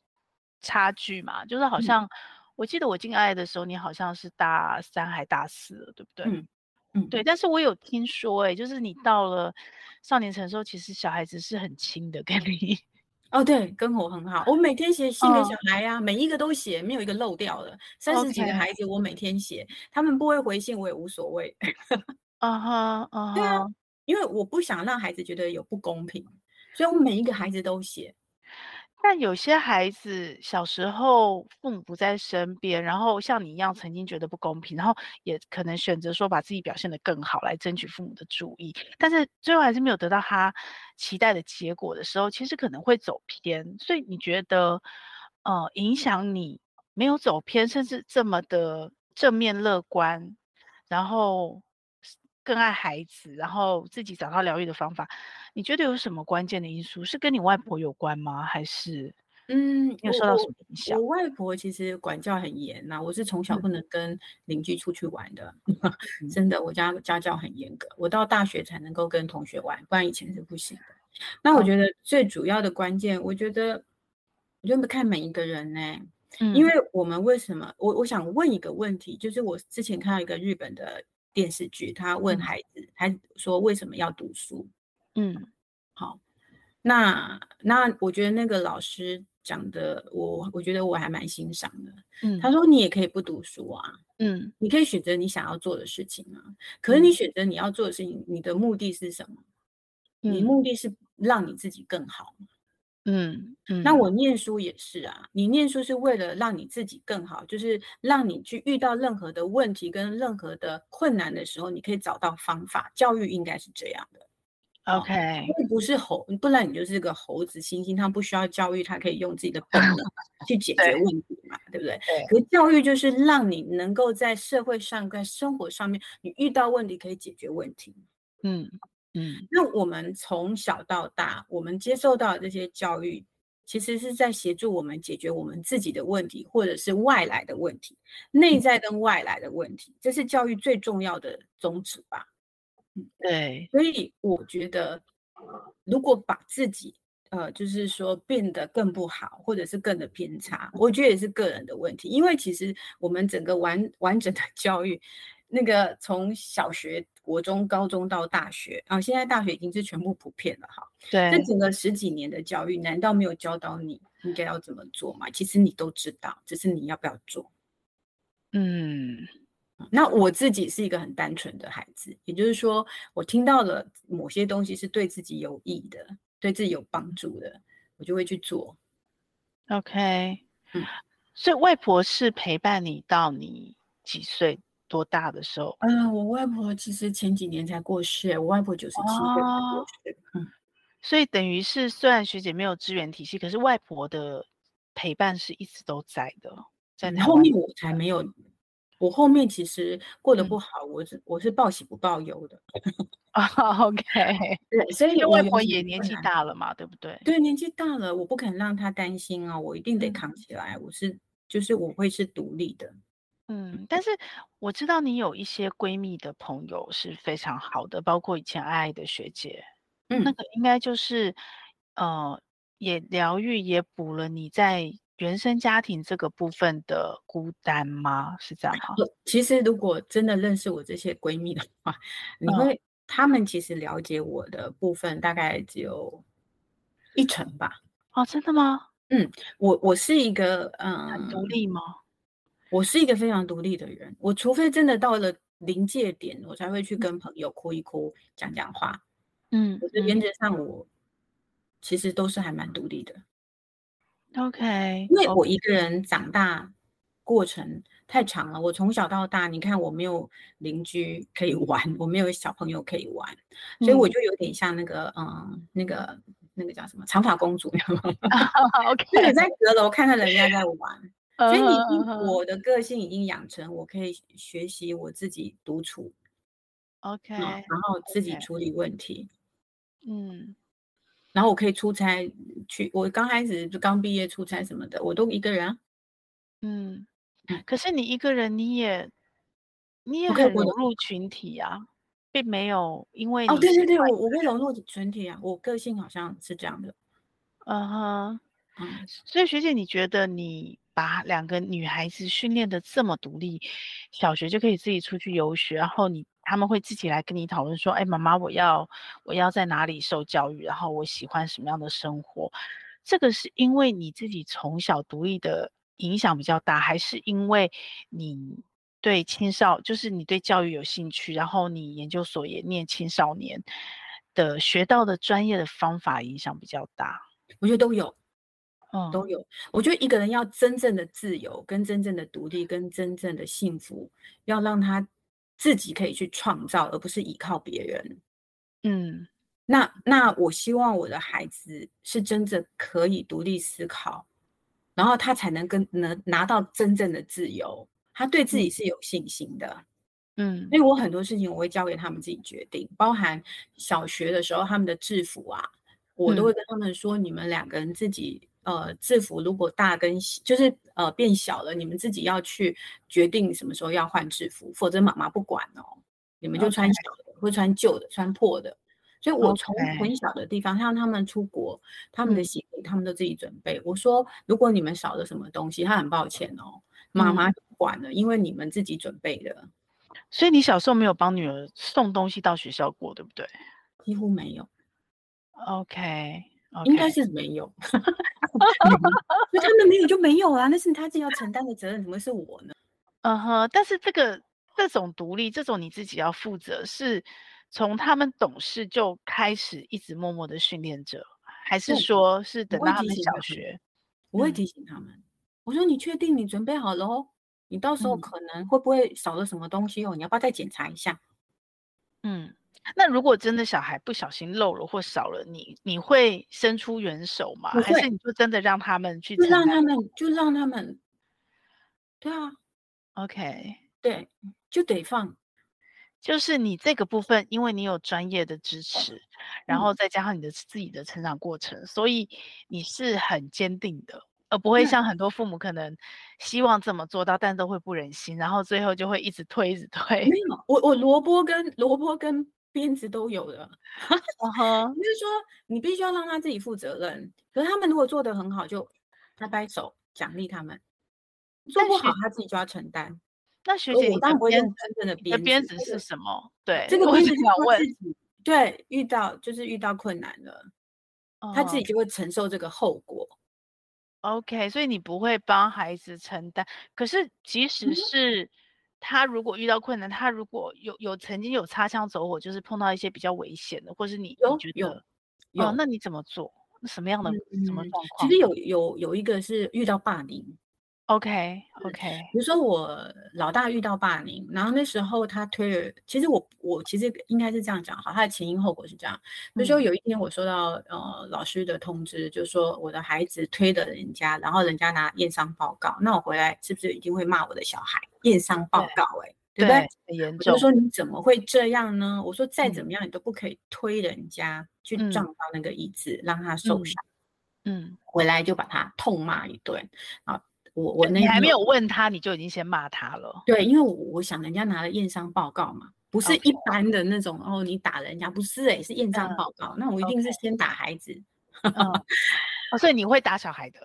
S2: 差距嘛，就是好
S1: 嗯
S2: 像我记得我进爱的时候，你好像是大三还大四了，对不对？
S1: 嗯嗯，
S2: 对，但是我有听说、欸，就是你到了少年成的时候，其实小孩子是很亲的，跟你
S1: 哦，对，跟我很好，我每天写信给小孩呀、每一个都写，没有一个漏掉的。三十几个
S2: 嗯 OK
S1: 孩子，我每天写，他们不会回信，我也无所谓，
S2: 啊哈啊
S1: 嗯对啊
S2: 哈，
S1: 因为我不想让孩子觉得有不公平，所
S2: 嗯
S1: 以我每一个孩子都写。
S2: 但有些孩子小时候父母不在身边，然后像你一样曾经觉得不公平，然后也可能选择说把自己表现得更好来争取父母的注意，但是最后还是没有得到他期待的结果的时候，其实可能会走偏。所以你觉得，呃，影响你没有走偏，甚至这么的正面乐观，然后是更爱孩子，然后自己找到疗愈的方法，你觉得有什么关键的因素？是跟你外婆有关吗？还是
S1: 嗯，
S2: 你有
S1: 我
S2: 受到
S1: 我
S2: 什么影响
S1: 我？外婆其实管教很严呐、我是从小
S2: 嗯
S1: 不能跟邻居出去玩的，
S2: 嗯
S1: 真的，我家家教很严格，我到大学才能够跟同学玩，不然以前是不行的。那我
S2: 哦
S1: 觉得最主要的关键，我觉得，我觉得看每一个人呢、因
S2: 嗯
S1: 为我们为什么，我我想问一个问题，就是我之前看到一个日本的电视剧，他问
S2: 嗯
S1: 孩子，孩子说为什么要读书？
S2: 嗯
S1: 好，那那我觉得那个老师讲的，我我觉得我还蛮欣赏的。他
S2: 嗯
S1: 说你也可以不读书啊，
S2: 嗯
S1: 你可以选择你想要做的事情啊。可是你
S2: 嗯
S1: 选择你要做的事情，你的目的是什么？你
S2: 嗯
S1: 目的是让你自己更好嘛。
S2: 嗯
S1: 那
S2: 嗯
S1: 我念书也是啊，你念书是为了让你自己更好，就是让你去遇到任何的问题跟任何的困难的时候，你可以找到方法。教育应该是这样的。哦，因
S2: ，OK，
S1: 为不是猴，不然你就是个猴子、猩猩，他不需要教育，他可以用自己的 本能去解决
S2: 对
S1: 问题嘛，对不对？
S2: 对，
S1: 可是教育就是让你能够在社会上、在生活上面，你遇到问题可以解决问题。
S2: 嗯嗯
S1: 那我们从小到大，我们接受到的这些教育，其实是在协助我们解决我们自己的问题，或者是外来的问题，内
S2: 嗯，
S1: 在跟外来的问题，这是教育最重要的宗旨吧。
S2: 对，
S1: 所以我觉得，如果把自己呃，就是说变得更不好，或者是更的偏差，我觉得也是个人的问题。因为其实我们整个完完整的 教育，那个从小学、国中、高中到大学啊、现在大学已经是全部普遍了哈。这
S2: 对，
S1: 整个十几年的教育，难道没有教导你应该要怎么做吗？其实你都知道，只是你要不要做。
S2: 嗯
S1: 那我自己是一个很单纯的孩子，也就是说，我听到了某些东西是对自己有益的，对自己有帮助的，我就会去做。
S2: ，OK。
S1: 嗯，
S2: 所以外婆是陪伴你到你几岁多大的时候？
S1: 嗯、我外婆其实前几年才过世，欸我外婆九十七岁才过
S2: 哦，
S1: 世。嗯，
S2: 所以等于是虽然学姐没有支援体系，可是外婆的陪伴是一直都在的，在
S1: 嗯
S2: 台
S1: 后
S2: 湾
S1: 面
S2: 的
S1: 我才没有，我后面其实过得
S2: 嗯
S1: 不好，我是我是报喜不报忧的。
S2: 啊、o k
S1: 对，所
S2: 因
S1: 以
S2: 为
S1: 我
S2: 外
S1: 有
S2: 婆
S1: 什么
S2: 也年
S1: 困
S2: 纪
S1: 难，
S2: 大了嘛，对不对？
S1: 对，年纪大了，我不肯让她担心啊，我一定得
S2: 嗯
S1: 扛起来。我是就是我会是独立的。
S2: 嗯，但是我知道你有一些闺蜜的朋友是非常好的，包括以前爱爱的学姐，那
S1: 嗯，
S2: 个应该就是呃，也疗愈也补了你在原生家庭这个部分的孤单吗？是这样吗？
S1: 我其实如果真的认识我这些闺蜜的话，你
S2: 嗯
S1: 会，她们其实了解我的部分大概只有一成吧。
S2: 哦，真的吗？
S1: 嗯，我我是一个，
S2: 很独
S1: 嗯，
S2: 立吗？
S1: 我是一个非常独立的人。我除非真的到了临界点，我才会去跟朋友哭一哭，讲讲话。
S2: 嗯
S1: 我是原
S2: 嗯
S1: 则上我其实都是还蛮独立的，
S2: ，OK 哦
S1: 因为
S2: OK，
S1: 我一个人长大过程太长了。我从小到大，你看我没有邻居可以玩，我没有小朋友可以玩，所以我
S2: 嗯
S1: 就有点像那个嗯，那个那个叫什么长发公主，
S2: ，OK，
S1: 就是你在阁楼看到人家在玩，所以
S2: 嗯
S1: 你已
S2: 哼嗯
S1: 经
S2: 哼
S1: 我的个性已经养成，我可以学习我自己独处，
S2: ，OK
S1: 嗯，然后自己
S2: OK，
S1: 处理问题。
S2: 嗯
S1: 然后我可以出差去，我刚开始就刚毕业出差什么的，我都一个人啊，
S2: 嗯，
S1: 嗯，
S2: 可是你一个人，你也你也
S1: 我可以
S2: 很
S1: 活
S2: 融
S1: 得
S2: 入群体啊，并没有因为
S1: 哦，
S2: 你
S1: 对
S2: 是
S1: 对对，
S2: 外
S1: 我我会融入群体啊，我个性好像是这样的，
S2: 嗯哼，
S1: 嗯，
S2: 所以学姐，你觉得你把两个女孩子训练的这么独立，小学就可以自己出去游学，然后你他们会自己来跟你讨论说，哎，妈妈，我要我要在哪里受教育，然后我喜欢什么样的生活，这个是因为你自己从小独立的影响比较大，还是因为你对青少，就是你对教育有兴趣，然后你研究所也念青少年的学到的专业的方法影响比较大？
S1: 我觉得都有。
S2: 嗯，
S1: 都有。我觉得一个人要真正的自由、跟真正的独立、跟真正的幸福，要让他自己可以去创造，而不是依靠别人。
S2: 嗯
S1: 那那我希望我的孩子是真正可以独立思考，然后他才能跟能拿到真正的自由，他对自己是有信心的。
S2: 嗯
S1: 所以我很多事情我会交给他们自己决定，包含小学的时候他们的制服啊，我
S2: 嗯
S1: 都会跟他们说，你们两个人自己呃制服如果大跟小就是呃变小了，你们自己要去决定什么时候要换制服，否则妈妈不管哦，你们就穿
S2: OK
S1: 小的，或穿旧的，穿破的。所以我从
S2: OK
S1: 很小的地方，像他们出国，他们的
S2: 嗯
S1: 行李他们都自己准备。我说，如果你们少了什么东西，他很抱歉哦，妈
S2: 嗯
S1: 妈不管了，因为你们自己准备的。
S2: 所以你小时候没有帮女儿送东西到学校过，对不对
S1: 几乎没有，
S2: ？OK，, o k
S1: 应该是没有。 那他们没有就没有啊，那是他自己要承担的责任，怎么会是我呢？
S2: 嗯哼，但是这个这种独立，这种你自己要负责，是从他们懂事就开始一直默默的训练着，还是
S1: 不
S2: 说是等
S1: 会
S2: 到他
S1: 提
S2: 们
S1: 醒
S2: 小
S1: 他们
S2: 学？
S1: 我会
S2: 嗯
S1: 提醒他们，我说你确定你准备好了哦？你到时候
S2: 嗯
S1: 可能会不会少了什么东西哦？你要不要再检查一下？
S2: 嗯，那如果真的小孩不小心漏了或少了，你你会伸出援手吗？
S1: 我
S2: 还是
S1: 会
S2: 你就真的让他们去
S1: 就
S2: 承
S1: 让
S2: 担
S1: 他们，就让他们，对啊，
S2: ？OK，
S1: 对，就得放，
S2: 就是你这个部分，因为你有专业的支持，
S1: 嗯
S2: 然后再加上你的自己的成长过程，所以你是很坚定的，而不会
S1: 对
S2: 像很多父母可能希望这么做到，但都会不忍心，然后最后就会一直推，一直推
S1: 没。有，我我萝卜跟萝卜跟鞭子都有的。
S2: 嗯哼，
S1: 就是说，你必须要让他自己负责任。可是他们如果做得很好，就拍拍手奖励他们；做
S2: 但
S1: 不
S2: 学
S1: 好，他自己就要承担。
S2: 那学
S1: 而
S2: 姐，
S1: 哦呃我
S2: 你
S1: 当
S2: 的
S1: 然不会用
S2: 鞭子，
S1: 真正的
S2: 你的
S1: 鞭
S2: 鞭
S1: 子，
S2: 子
S1: 这
S2: 是
S1: 个
S2: 什么？对，
S1: 这个
S2: 我
S1: 鞭
S2: 只
S1: 子是
S2: 想
S1: 他
S2: 问
S1: 自，己对遇到就是遇到困难了，他自
S2: 嗯
S1: 己就会承受这个后果。
S2: OK，所以你不会帮孩子承担，可是即使
S1: 嗯
S2: 是他如果遇到困难，他如果有有曾经有擦枪走火，就是碰到一些比较危险的，或是你你
S1: 有
S2: 觉
S1: 有
S2: 得
S1: 有，
S2: 哦，那你怎么做？什么样的什么
S1: 嗯，
S2: 状
S1: 其
S2: 况
S1: 实有有有一个是遇到霸凌，
S2: ？OK OK，
S1: 比如说我老大遇到霸凌，然后那时候他推了，其实我我其实应该是这样讲好，他的前因后果是这样。比如说
S2: 嗯
S1: 有一天我收到呃老师的通知，就说我的孩子推了人家，然后人家拿验伤报告，那我回来是不是一定会骂我的小孩验伤报告、欸？哎，对不对？
S2: 很严
S1: 我就
S2: 重，
S1: 说你怎么会这样呢？我说再怎
S2: 嗯
S1: 么样你都不可以推人家去
S2: 嗯
S1: 撞到那个椅子，让他受
S2: 嗯
S1: 伤。
S2: 嗯，
S1: 回来就把他痛骂一顿啊！我我
S2: 就
S1: 那
S2: 你还
S1: 天
S2: 没有问他，你就已经先骂他了。
S1: 对，因为我我想人家拿了验伤报告嘛，不是
S2: OK
S1: 一般的那种哦，你打人家不是诶、是验伤
S2: 嗯
S1: 报告。那我一定是先打孩子，
S2: 嗯，哦，所以你会打小孩的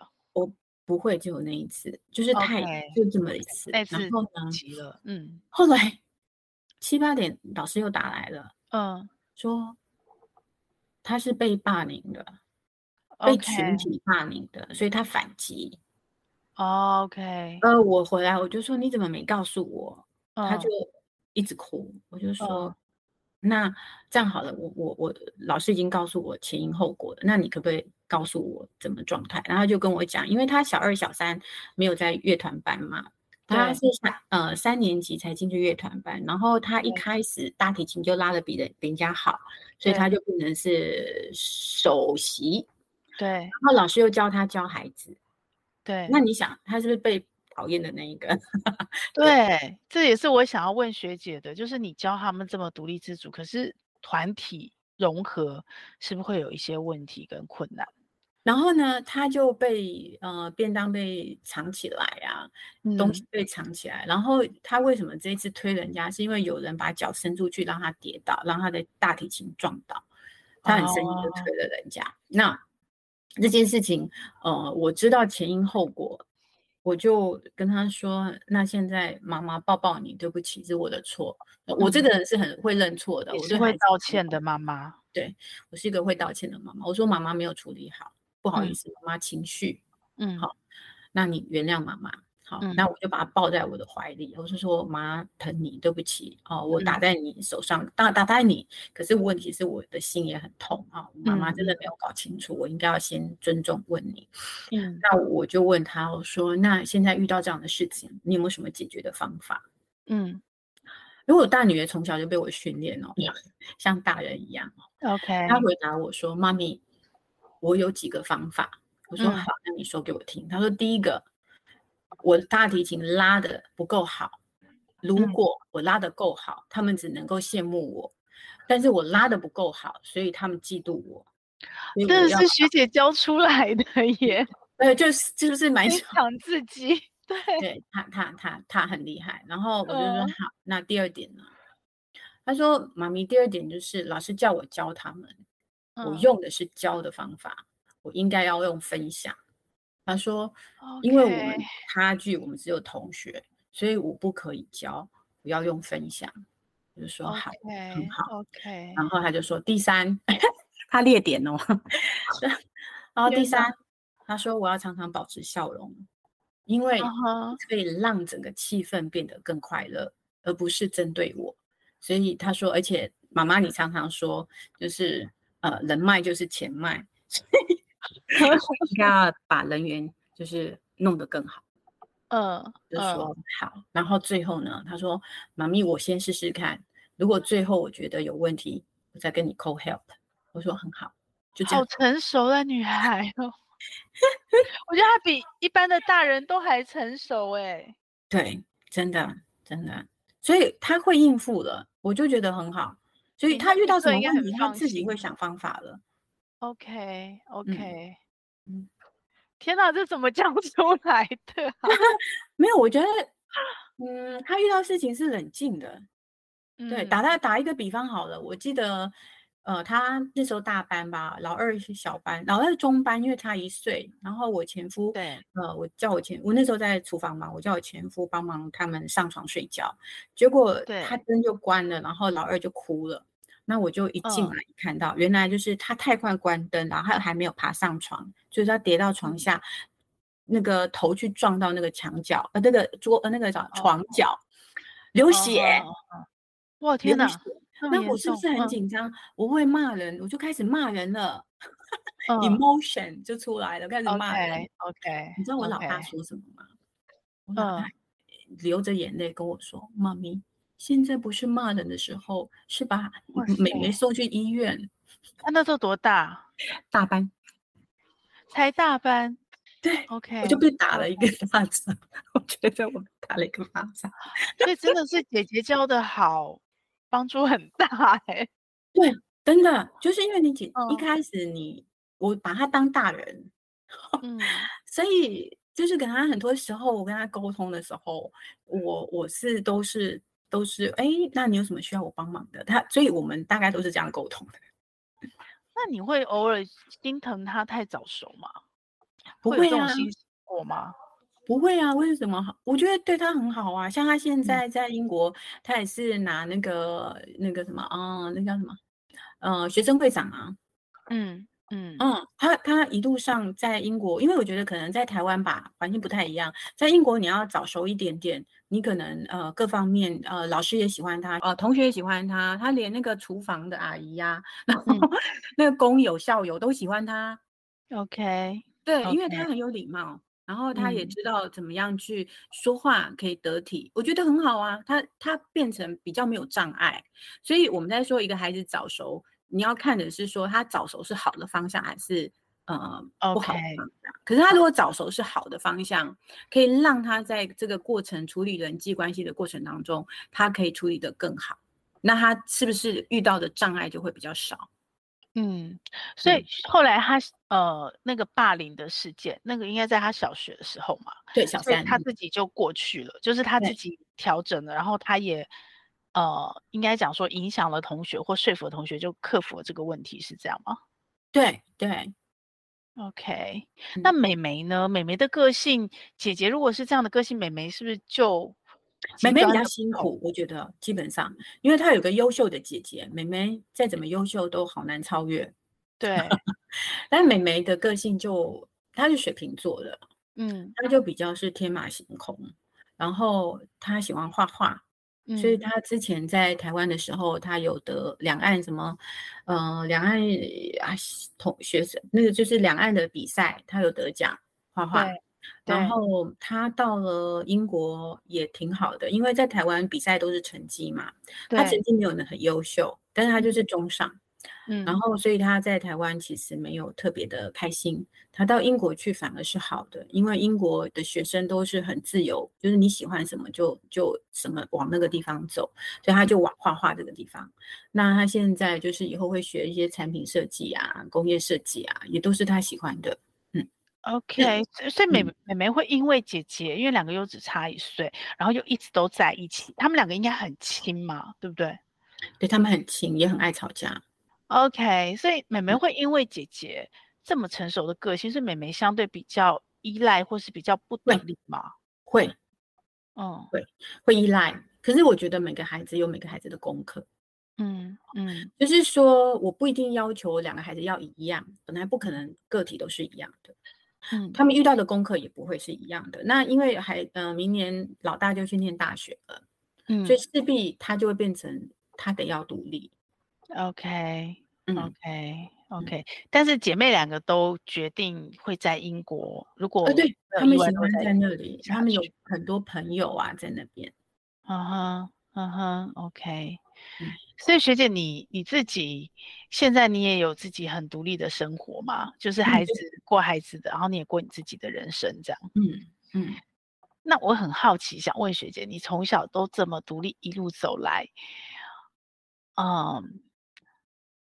S1: 不会只有那一次，就是太
S2: OK
S1: 就这么一次。
S2: 那
S1: 然
S2: 次
S1: 后呢，
S2: 急了，嗯
S1: 后来七八点老师又打来了，
S2: 嗯
S1: 说他是被霸凌的，被
S2: ，OK
S1: 群体霸凌的，所以他反击。
S2: OK，
S1: 呃，我回来我就说你怎么没告诉我？他
S2: 嗯
S1: 就一直哭，我就说，那这样好了，我我我老师已经告诉我前因后果了，那你可不可以告诉我怎么状态？然后他就跟我讲，因为他小二小三没有在乐团班嘛，他是三呃三年级才进去乐团班，然后他一
S2: 对
S1: 开始大提琴就拉的比人比人家好，所以
S2: 对
S1: 他就变成是首席，
S2: 对
S1: 然后老师又教他教孩子，
S2: 对。
S1: 那你想他是不是被讨厌的那一个？
S2: 对，这也是我想要问学姐的，就是你教他们这么独立自主，可是团体融合是不是会有一些问题跟困难？
S1: 然后呢，他就被呃便当被藏起来啊，东
S2: 嗯
S1: 西被藏起来。然后他为什么这一次推人家？是因为有人把脚伸出去让他跌倒，让他的大提琴撞倒，他很生气就
S2: 哦
S1: 推了人家。那这件事情，呃，我知道前因后果，我就跟他说：“那现在妈妈抱抱你，对不起，是我的错。呃我这
S2: 嗯
S1: 个人是很会认错的，
S2: 也
S1: 我
S2: 是
S1: 对
S2: 会
S1: 孩子
S2: 道
S1: 很
S2: 歉的妈妈。
S1: 我是一个会道歉的妈妈。我说妈妈没有处理好，不好
S2: 嗯
S1: 意思，妈妈情绪，
S2: 嗯，
S1: 好那你原谅妈妈。好，那我就把她抱在我的怀里，我就说妈疼你，对不起哦，我打在你手上，打打在你，可是问题是我的心也很痛啊，妈妈真的没有搞清楚，我应该要先尊重问你。
S2: 嗯
S1: 那我就问他，我说那现在遇到这样的事情，你有没有什么解决的方法？
S2: 嗯
S1: 因为我大女儿从小就被我训练哦，像大人一样哦。
S2: ，OK，
S1: 她回答我说：“妈咪，我有几个方法。”我说：“
S2: 嗯
S1: 好，那你说给我听。”她说：“第一个，我的大提琴拉的不够好，如
S2: 嗯
S1: 果我拉的够好，他们只能够羡慕我，但是我拉的不够好，所以他们嫉妒我。所以我
S2: 这
S1: 要
S2: 是学姐教出来的耶，
S1: 呃，就是就是蛮
S2: 欣
S1: 想
S2: 赏自己，对，
S1: 对他，他他他很厉害。然后我就说
S2: 嗯
S1: 好，那第二点呢？他说妈咪，第二点就是老师叫我教他们，我
S2: 嗯
S1: 用的是教的方法，我应该要用分享。他说，因为我们
S2: 哦 OK
S1: 差距，我们只有同学，所以我不可以教，我要用分享。我就说好，
S2: OK
S1: 好嗯
S2: OK，
S1: 然后他就说第三， 他列点 哦。然后第
S2: 天哪
S1: 三，他说我要常常保持笑容，因为
S2: 嗯哼
S1: 可以让整个气氛变得更快乐，而不是针对我。所以他说，而且妈妈你常常说，就是呃人脉就是钱脉，所以应该要把人缘就是弄得更好。
S2: 嗯
S1: 就
S2: 嗯
S1: 说好，然后最后呢，他说妈咪，我先试试看，如果最后我觉得有问题，我再跟你 call help。我说很好，就这
S2: 好
S1: 样。
S2: 成熟的女孩哦， 我觉得她比一般的大人都还成熟哎。
S1: 对，真的真的，所以他会应付了，我就觉得很好。所以
S2: 嗯
S1: 他
S2: 那
S1: 遇
S2: 你
S1: 到
S2: 这
S1: 什么
S2: 应该
S1: 问
S2: 很
S1: 题，他
S2: 放
S1: 自己会
S2: 心啊
S1: 想方法了。
S2: OK OK，
S1: 嗯
S2: 天哪，这怎么教 出来的啊？
S1: 没有，我觉得，嗯，他遇到事情是冷静的。对，打
S2: 嗯
S1: 在打一个比方好了，我记得，呃，他那时候大班吧，老二是小班，老二中班，因为他一岁。然后我前夫，
S2: 对，
S1: 呃，我叫我前，我那时候在厨房嘛，我叫我前夫帮忙他们上床睡觉，结果他灯就关了，然后老二就哭了。那我就一进
S2: 嗯
S1: 来看到，原来就是他太快关灯，然后他还没有爬上床，就是他跌到
S2: 嗯
S1: 床下，那个头去撞到那个墙角，呃，那个桌，呃，那个叫床角，流血，
S2: 哦哦哦哇天
S1: 流
S2: 哪
S1: 血，
S2: 这么
S1: 那
S2: 严
S1: 我是不
S2: 重
S1: 是很
S2: 嗯
S1: 紧张？我会骂人，我就开始骂人了、
S2: 嗯
S1: e m o t i o n 就出来了，开始骂人。
S2: OK OK，
S1: 你知道我老大
S2: OK
S1: 说什么吗？我老大
S2: 嗯
S1: 流着眼泪跟我说：“妈咪，现在不是骂人的时候，是把
S2: 哇
S1: 妹妹
S2: 塞
S1: 送去医院
S2: 他那时候多大？
S1: 大班。
S2: 才大班。
S1: 对
S2: OK，
S1: 我就被打了一个巴掌，我觉得我被打了一个巴掌。
S2: 所以真的是姐姐教的好，帮助很大 哎。
S1: 真的，就是因为你姐、一
S2: 嗯
S1: 开始你我把他当大人，
S2: 嗯
S1: 所以就是跟他很多时候，我跟他沟通的时候，我我是都是都是哎，诶那你有什么需要我帮忙的？他，所以我们大概都是这样沟通的，
S2: 那你会偶尔心疼他太早熟吗？
S1: 不
S2: 会有
S1: 会
S2: 这种
S1: 啊，
S2: 心情过吗？
S1: 不会啊，为什么好？我觉得对他很好啊，像他现
S2: 嗯
S1: 在在英国，他也是拿那个那个什么，啊，那叫什么？呃，学生会长啊，
S2: 嗯嗯
S1: 嗯，他他一路上在英国，因为我觉得可能在台湾吧，环境不太一样，在英国你要早熟一点点，你可能呃各方面呃老师也喜欢他，呃同学也喜欢他，他连那个厨房的阿姨呀、然后
S2: 嗯
S1: 那个工友校友都喜欢他，
S2: ，OK，
S1: 对，因为
S2: OK
S1: 他很有礼貌，然后他也
S2: 嗯
S1: 知道怎么样去说话可以得体，我觉得很好啊。他他变成比较没有障碍，所以我们在说一个孩子早熟，你要看的是说他早熟是好的方向还是呃不好的
S2: OK
S1: 方向。可是他如果早熟是好的方向，可以让他在这个过程处理人际关系的过程当中，他可以处理得更好。那他是不是遇到的障碍就会比较少？
S2: 嗯，所以
S1: 嗯
S2: 后来他是呃那个霸凌的事件，那个应该在他小学的时候嘛，
S1: 对，小
S2: 所以
S1: 三，
S2: 他自己就过去了，就是他自
S1: 对
S2: 己调整了，然后他也呃应该讲说影响了同学或说服了同学就克服了这个问题，是这样吗？
S1: 对对，
S2: OK，那
S1: 嗯
S2: 美眉呢？美眉的个性，姐姐如果是这样的个性，美眉是不是就
S1: 妹
S2: 极
S1: 妹比
S2: 端
S1: 较
S2: 的
S1: 辛
S2: 不
S1: 苦，我觉得基本上， 因为她有个优秀的姐姐，妹妹再怎么优秀都好难超越。
S2: 对
S1: 但美眉的个性就，她是水瓶座的，
S2: 嗯
S1: 她就比较是天马行空，然后她喜欢画画，
S2: 嗯，
S1: 所以她之前在台湾的时候，她有的两岸什么，呃，两岸啊同学生那个就是两岸的比赛，她有得奖画画。
S2: 对对
S1: 然后她到了英国也挺好的，因为在台湾比赛都是成绩嘛，她成
S2: 对，
S1: 绩没有得很优秀，但是她就是中上。
S2: 嗯
S1: 然后，所以他在台湾其实没有特别的开心，他到英国去反而是好的，因为英国的学生都是很自由，就是你喜欢什么就就什么往那个地方走，所以他就往画画这个地方。那他现在就是以后会学一些产品设计啊、工业设计啊，也都是他喜欢的。
S2: OK，所以所以美
S1: 嗯
S2: 美眉会因为姐姐，因为两个又只差一岁，然后又一直都在一起，他们两个应该很亲嘛，对不对
S1: 对他们很亲，也很爱吵架。
S2: ？OK，所以美眉
S1: 嗯
S2: 会因为姐姐这么成熟的个性，所以美眉相对比较依赖或是比较不
S1: 会
S2: 独立嘛。
S1: 会
S2: 嗯
S1: 会依赖，可是我觉得每个孩子有每个孩子的功课，
S2: 嗯嗯
S1: 就是说我不一定要求两个孩子要一样，本来不可能个体都是一样的。
S2: 嗯
S1: 他们遇到的功课也不会是一样的。那因为还呃，明年老大就去念大学了，所以
S2: 嗯
S1: 势必他就会变成他得要独立。
S2: ，OK
S1: 嗯，
S2: OK OK，但是姐妹两个都决定会在英国，如
S1: 呃，
S2: 果
S1: 对
S2: 没有
S1: 他
S2: 意
S1: 们
S2: 外
S1: 喜
S2: 都会
S1: 欢
S2: 在
S1: 在那里，他
S2: 下
S1: 们有
S2: 去。
S1: 很多朋友啊在那边。
S2: 嗯哼，嗯哼，OK。
S1: 嗯，
S2: 所以学姐你，你自己现在你也有自己很独立的生活嘛？就是
S1: 嗯
S2: 孩子过孩子的，然后你也过你自己的人生这样。
S1: 嗯嗯
S2: 那我很好奇，想问学姐，你从小都这么独立，一路走来，嗯，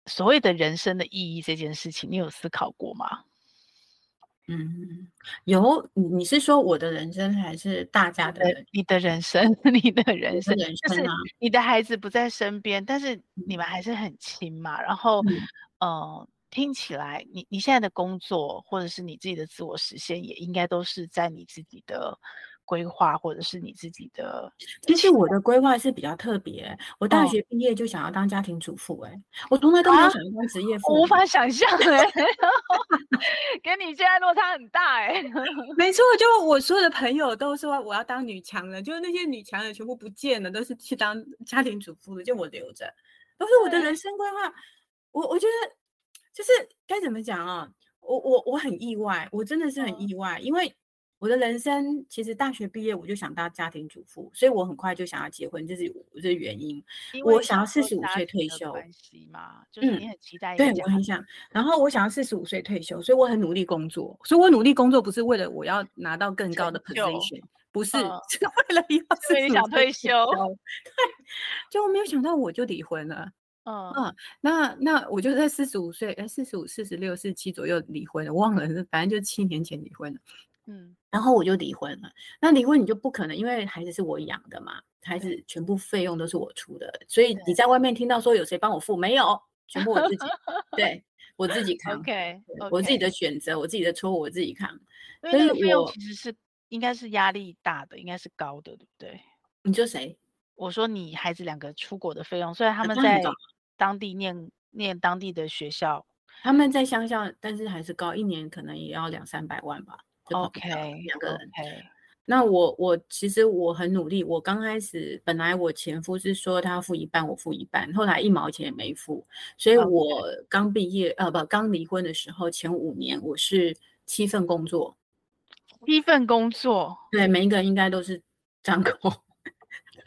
S2: 所谓的人生的意义这件事情，你有思考过吗？
S1: 嗯，有你你是说我的人生还是大家
S2: 你
S1: 的
S2: 的
S1: 人
S2: 你的人生， 你的人
S1: 我的
S2: 生，
S1: 人
S2: 就
S1: 生
S2: 是
S1: 啊？
S2: 你的孩子不在身边，但是你
S1: 嗯
S2: 们还是很亲嘛。然后，
S1: 嗯
S2: 呃，听起来你你现在的工作或者是你自己的自我实现，也应该都是在你自己的规划或者是你自己的
S1: 其实
S2: 期
S1: 我的规划是比较特别，我大
S2: 哦
S1: 学毕业就想要当家庭主妇、欸，哎，我从来都没有
S2: 啊，
S1: 想过当职业
S2: 我
S1: 妇
S2: 无
S1: 女。
S2: 法想象哎、 跟你现在落差很大哎、
S3: 没错，就我所有的朋友都说我要当女强人，就是那些女强人全部不见了，都是去当家庭主妇的，就我留着。都是我的人
S2: 对，
S1: 生规划，我我觉得就是该怎么讲啊？我我我很意外，我真的是很
S2: 嗯
S1: 意外，因为我的人生其实大学毕业我就想当家庭主妇，所以我很快就想要结婚，这是我这是原因。
S2: 因为
S1: 我
S2: 小
S1: 想要
S2: 时
S1: 四
S2: 候
S1: 十五
S2: 家
S1: 岁
S2: 庭
S1: 退
S2: 的
S1: 休，
S2: 关系嘛，就是
S1: 嗯，
S2: 你很期待一个
S1: 对
S2: 家
S1: 我很
S2: 庭。
S1: 想。然后我想要四十五岁退休，所以我很努力工作。
S3: 所以我努力工作不是为了我要拿到更高的
S2: 成就，
S3: position，不是，
S2: 呃，
S3: 是为了要
S2: 是
S3: 四
S2: 因为
S3: 十五
S2: 你想
S3: 岁
S2: 退
S3: 退
S2: 休，
S3: 休。 就我没有想到我就离婚了。
S2: 嗯
S3: 嗯，那那我就在四十五岁，哎，四十五、四十六、四十七左右离婚了，忘了是，反正就七年前离婚了。
S2: 嗯，
S1: 然后我就离婚了。那离婚你就不可能，因为孩子是我养的嘛，孩
S2: 对
S1: 子全部费用都是我出的，所以
S2: 对
S1: 你在外面听到说有谁帮我付，没有，全部我自己，对我自己扛，
S2: ，OK
S1: 对我自己
S2: OK，
S1: 的选择，我自己的错误我自己扛。
S2: 因
S1: 所
S2: 为那
S1: 以
S2: 个费用
S1: 我，
S2: 其实是应该是压力大的，应该是高的，对不对？
S1: 你说谁？
S2: 我说你孩子两个出国的费用，虽然他
S1: 啊，
S2: 们
S1: 当然高
S2: 在当地念念当地的学校
S1: 他们在乡下，但是还是高，一年可能也要两三百万吧，就跑不
S2: ，OK 哦
S1: 掉了两个人。
S2: OK，
S1: 那我我其实我很努力，我刚开始本来我前夫是说他要付一半，我付一半，后来一毛钱也没付，所以
S2: OK，
S1: 我刚毕业呃不刚离婚的时候前五年我是七份工作，
S2: 第一份工 作，
S1: 对每一个人应该都是这样跟我， 对我就是
S2: 第一份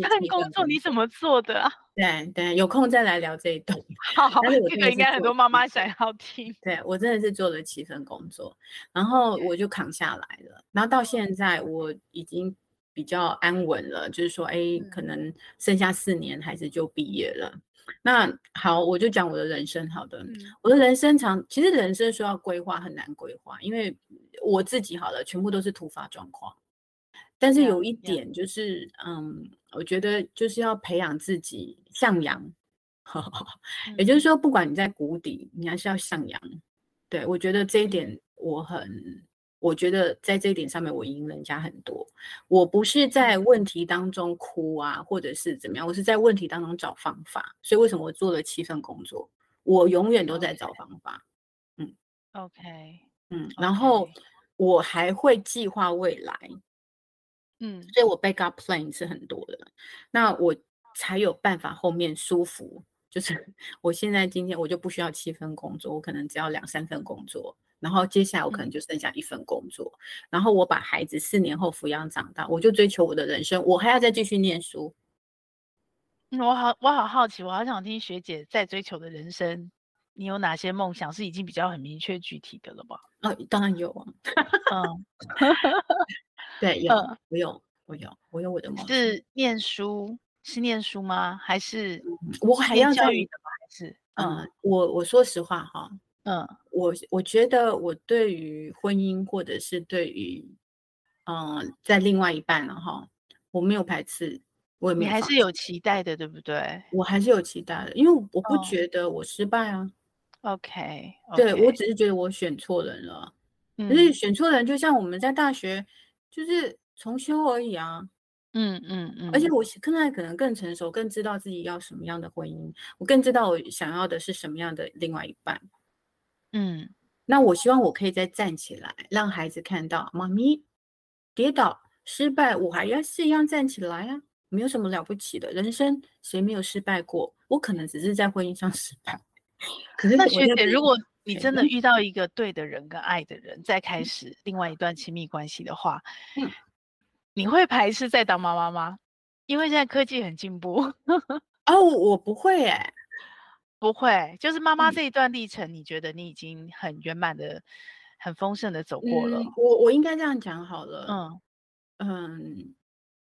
S1: 七
S2: 工
S1: 份
S2: 作
S1: 工
S2: 你
S1: 作，
S2: 怎么 做的啊？
S1: 对对，有空再来聊这一段，
S2: 好，
S1: 但是我
S2: 这
S1: 真
S2: 个
S1: 的
S2: 应
S1: 是
S2: 该很
S1: 做了
S2: 多妈
S1: 七
S2: 妈想
S1: 份。
S2: 要听。
S1: 对，我真的是做了七份工作，然后我
S2: 嗯
S1: 就扛下来了。然后到现在我已经比较安稳了，就是说，哎，可
S2: 嗯
S1: 能剩下四年，孩子就毕业了。那好，我就讲我的人生。好的，
S2: 嗯
S1: 我的人生长，其实人生说要规划很难规划，因为我自己好了，全部都是突发状况。但是
S2: ，Yeah
S1: 有一
S2: Yeah，
S1: 点就是，嗯，我觉得就是要培养自己向阳，也就是
S2: 嗯
S1: 说，不管你在谷底，你还是要向阳。对我觉得这一
S2: 嗯
S1: 点，我很，我觉得在这一点上面，我赢人家很多。我不是
S2: 嗯
S1: 在问题当中哭啊，或者是怎么样，我是在问题当中找方法。所以为什么我做了七份工作？我永远
S2: 哦
S1: 都在找方法。
S2: ，OK，
S1: 嗯，然后
S2: 哦 OK
S1: 我还会计划未来，
S2: 嗯
S1: 所以我 backup plan 是很多的，那我才有办法后面舒服。就是 我现在今天我就不需要七份工作，我可能只要两三份工作，然后接下来我
S2: 嗯
S1: 可能就剩下一份工作，然后我把孩子四年后抚养长大，我就追求我的人生，我还要再继续念书。
S2: 嗯，我好，我好好奇，我好想听学姐在追求的人生，你有哪些梦想是已经比较很明确具体的了吧？
S1: 哦，当然有啊，
S2: 嗯，
S1: 对，有，
S2: 嗯
S1: 我有，我有，我有我的梦想，
S2: 是念书，是念书吗？还是
S1: 嗯我还
S2: 念
S1: 要
S2: 教
S1: 再
S2: 育的吗？还是嗯
S1: 嗯，我我说实话哈，
S2: 嗯
S1: 我我觉得我对于婚姻或者是对于，嗯、在另外一半了哈，我没有排斥，我也没
S2: 你
S1: 有
S2: 还
S1: 放
S2: 是有期待的，对不对
S1: 我还是有期待的，因为我不
S2: 哦
S1: 觉得我失败啊，
S2: ？OK，
S1: 对我只是觉得我选错人了，可是
S2: 嗯
S1: 选错人就像我们在大学就是重修而已啊，
S2: 嗯嗯嗯，
S1: 而且我现在可能更成熟，更知道自己要什么样的婚姻，我更知道我想要的是什么样的另外一半。
S2: 嗯
S1: 那我希望我可以再站起来，让孩子看到妈咪跌倒失败，我还要是一样站起来啊，没有什么了不起的。人生谁没有失败过？我可能只是在婚姻上失败， 可是
S2: 那
S1: 我
S2: 学
S1: 在
S2: 姐，
S1: 别
S2: 如
S1: 人
S2: 果你
S1: 对
S2: 真的遇到一个对的人跟爱的人，再开始另外一段亲密关系的话，
S1: 嗯
S2: 你会排斥再当妈妈吗？因为现在科技很进步，
S1: 哦，我不会哎、
S2: 不会，就是妈妈
S1: 嗯
S2: 这一段历程，你觉得你已经很圆满的、很丰盛的走过了
S1: 嗯。我我应该这样讲好了，
S2: 嗯
S1: 嗯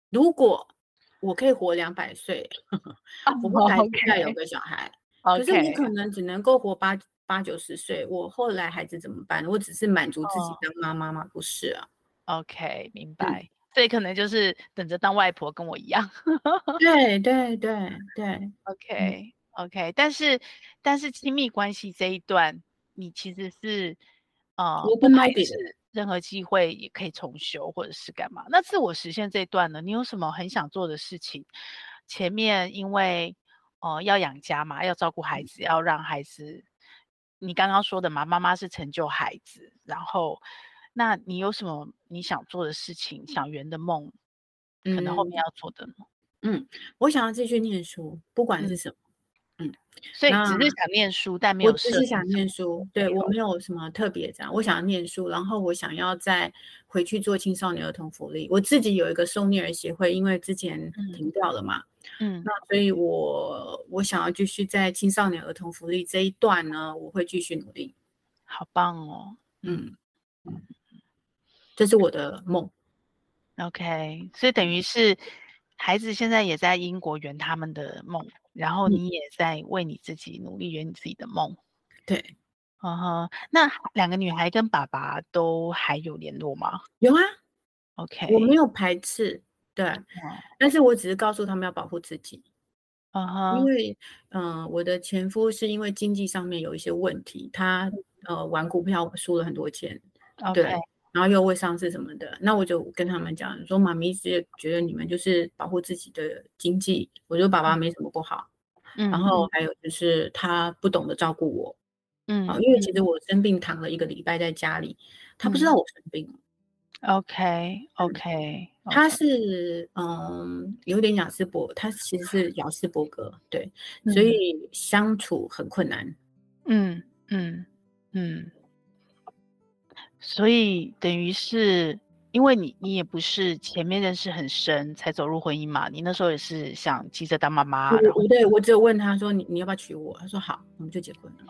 S1: 如果我可以活两百 岁，
S2: 哦
S1: 我会还期待有个小孩。可是我
S2: 嗯，OK，
S1: 可能只能够活八八九十岁，我后来孩子怎么办？我只是满足自己
S2: 哦
S1: 当妈妈吗？不是 啊，
S2: OK，明
S1: 嗯
S2: 白。所以可能就是等着当外婆，跟我一样。
S1: 对对对对，
S2: OK OK，但是但是亲密关系这一段，你其实是呃不排
S1: Open-minded 的
S2: 斥任何机会，也可以重修或者是干嘛。那自我实现这一段呢，你有什么很想做的事情？前面因为呃要养家嘛，要照顾
S1: 嗯
S2: 孩子，要让孩子，你刚刚说的嘛，妈妈是成就孩子，然后那你有什么你想做的事情，想圆的梦，可能后
S1: 嗯
S2: 面要做的呢？
S1: 我想要继续念书，不管
S2: 嗯
S1: 是什么，
S2: 所以只
S1: 那
S2: 是想念书，但没
S1: 我
S2: 有
S1: 只
S2: 设
S1: 是
S2: 定
S1: 想
S2: 什
S1: 念
S2: 么
S1: 书，对
S2: 没
S1: 我
S2: 有
S1: 没有什么特别这样，我想要念书，然后我想要再回去做青少年儿童福利。我自己有一个受虐儿协会，因为之前
S2: 嗯
S1: 停掉了嘛，
S2: 嗯
S1: 那所以我我想要继续在青少年儿童福利这一段呢，我会继续努力。
S2: 好棒哦。
S1: 嗯，这是我的梦。
S2: OK，所以等
S1: 嗯
S2: 于是孩子现在也在英国圆他们的梦，然后
S1: 嗯
S2: 你也在为你自己努力圆你自己的梦。
S1: 对，
S2: 嗯哼，那两个女孩跟爸爸都还有联络吗
S1: 有啊，
S2: ？OK，
S1: 我没有排斥，对，
S2: 嗯
S1: 但是我只是告诉他们要保护自己，
S2: 嗯
S1: 因
S2: 哼，
S1: 为，嗯、我的前夫是因为经济上面有一些问题，
S2: 嗯
S1: 他呃玩股票输了很多钱，对
S2: OK，
S1: 然后又会上市什么的，那我就跟他们讲说，妈咪一直觉得你们就是保护自己的经济，我觉得爸爸没什么不好，
S2: 嗯，
S1: 然后还有就是他不懂得照顾我，
S2: 嗯
S1: 啊，因为其实我生病躺了一个礼拜在家里，他不知
S2: 嗯
S1: 道我生病了，
S2: OK OK，
S1: 嗯他是嗯有点雅斯伯，他其实是雅斯伯格，对，所
S2: 嗯
S1: 以相处很困难。
S2: 嗯嗯嗯，所以等于是因为你你也不是前面认识很深才走入婚姻嘛，你那时候也是想急着当妈妈，然
S1: 我我对我只有问他说你你要不要娶我，他说好，我们就结婚了。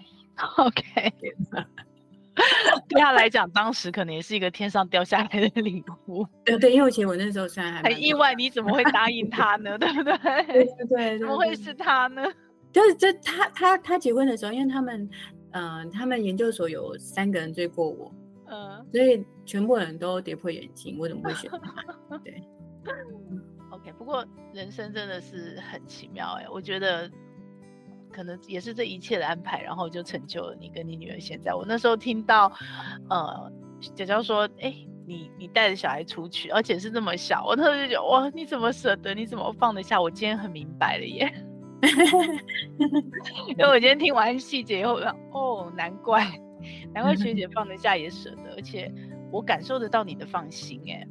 S2: 后 OK，对他来讲，当时可能也是一个天上掉下来的礼物，
S1: 对对，因为其实我那时候虽然还蛮
S2: 很意外，你怎么会答应他呢？ 对 不
S1: 对
S2: 对？
S1: 对对，对
S2: 怎么会
S1: 对
S2: 是他呢？
S1: 就是这他他他结婚的时候，因为他们嗯、呃他们研究所有三个人追过我，
S2: 嗯
S1: 所以全部人都跌破眼镜，我怎么会选他？
S2: ，OK，不过人生真的是很奇妙哎、我觉得。可能也是这一切的安排，然后就成就了你跟你女儿现在。我那时候听到，呃，姐姐说，哎、你你带着小孩出去，而且是那么小，我那时候就觉得，哇，你怎么舍得？你怎么放得下？我今天很明白了耶。 因为我今天听完细节以后，我想哦，难怪，难怪学姐放得下也舍得，而且我感受得到你的放心、欸，哎，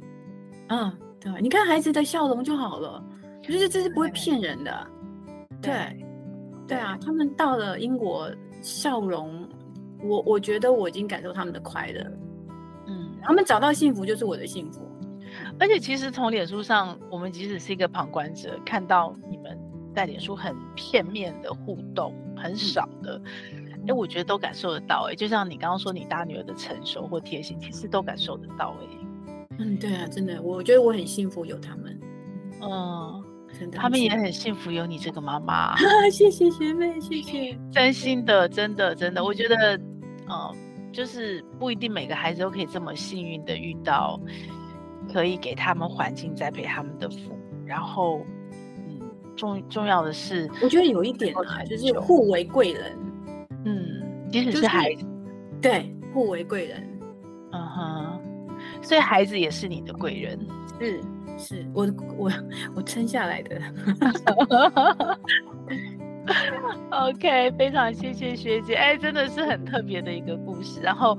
S1: 嗯，对，你看孩子的笑容就好了，我觉得这是不会骗人的。对，对啊，他们到了英国，笑容，我我觉得我已经感受他们的快乐，
S2: 嗯，
S1: 他们找到幸福就是我的幸福。
S2: 而且其实从脸书上，我们即使是一个旁观者，看到你们在脸书很片面的互动，很少的，哎、我觉得都感受得到、哎，就像你刚刚说你大女儿的成熟或贴心，其实都感受得到、
S1: 嗯，对啊，真的，我觉得我很幸福有他们，
S2: 哎，嗯，
S1: 真的很幸福。
S2: 他们也很幸福有你这个妈妈，
S1: 谢谢学妹，谢谢。
S2: 真心的，真的，真的，我觉得，嗯，就是不一定每个孩子都可以这么幸运的遇到，可以给他们环境栽培他们的父母，然后，嗯，重重要的是，
S1: 我觉得有一点
S2: 能够
S1: 啊，
S2: 成
S1: 就是
S2: 就
S1: 互为贵人，
S2: 嗯，即使
S1: 就是
S2: 孩子，
S1: 对，互为贵人
S2: 嗯哼，所以孩子也是你的贵人，
S1: 是是我我我撑下来的。
S2: OK，非常谢谢学姐，哎，真的是很特别的一个故事。然后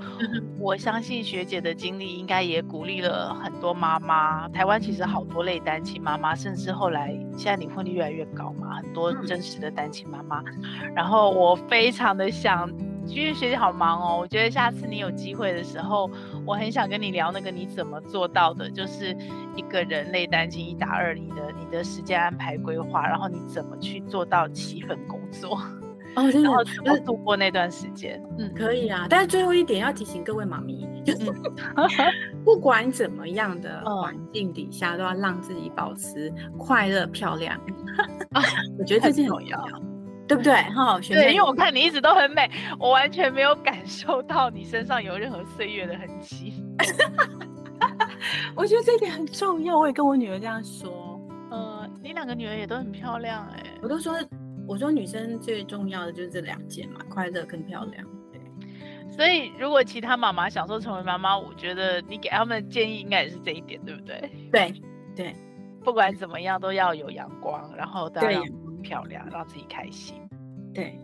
S2: 我相信学姐的经历应该也鼓励了很多妈妈。台湾其实好多类单亲妈妈，甚至后来现在离婚率越来越高嘛，很多
S1: 嗯
S2: 真实的单亲妈妈。然后我非常的想，因为学姐好忙哦，我觉得下次你有机会的时候，我很想跟你聊那个你怎么做到的，就是一个人类单亲一打二，你的你的时间安排规划，然后你怎么去做到七份工作。
S1: 哦，真的
S2: 然后怎么度过那段时间？嗯，
S1: 可以啊，但是最后一点要提醒各位妈咪，就是
S2: 嗯
S1: 不管怎么样的
S2: 嗯
S1: 环境底下，都要让自己保持快乐漂亮
S2: 啊。
S1: 我觉得这
S2: 很
S1: 件
S2: 重
S1: 很
S2: 要
S1: 重，对不对？哈，学
S2: 对，
S1: 妹
S2: 因为我看你一直都很美，我完全没有感受到你身上有任何岁月的痕迹。
S3: 我觉得这一点很重要，我也跟我女儿这样说。
S2: 呃，你两个女儿也都很漂亮哎、
S1: 我都说，我说女生最重要的就是这两件嘛，快乐跟漂亮。对
S2: 所以如果其他妈妈想说成为妈妈，我觉得你给他们的建议应该也是这一点，对不对？
S1: 对
S2: 不管怎么样都要有阳光，然后都要
S1: 对
S2: 让
S1: 阳
S2: 自己漂亮，让自己开心。
S1: 对，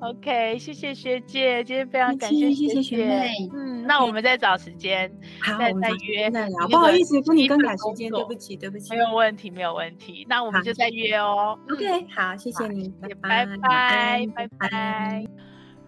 S2: OK，谢谢学姐，今天非常
S1: 客
S2: 感谢
S1: 气谢谢学妹
S2: 嗯，那我们再找时间
S1: 好，
S2: 再
S1: 我们
S2: 再
S1: 找时间
S2: 约
S1: 再聊
S2: 那。
S1: 不好
S2: 个
S1: 意思跟你
S2: 基
S1: 更
S2: 本
S1: 改时
S2: 工
S1: 间，对
S2: 作哎
S1: 不起，对不起
S2: 没。有问题，没有问题。那我们
S1: 好
S2: 就再约哦。嗯
S1: OK，好，谢
S2: 好
S1: 谢你，
S2: 谢
S1: 拜
S2: 谢拜
S1: 晚安
S2: 拜拜拜。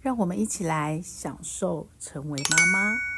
S4: 让我们一起来享受成为妈妈。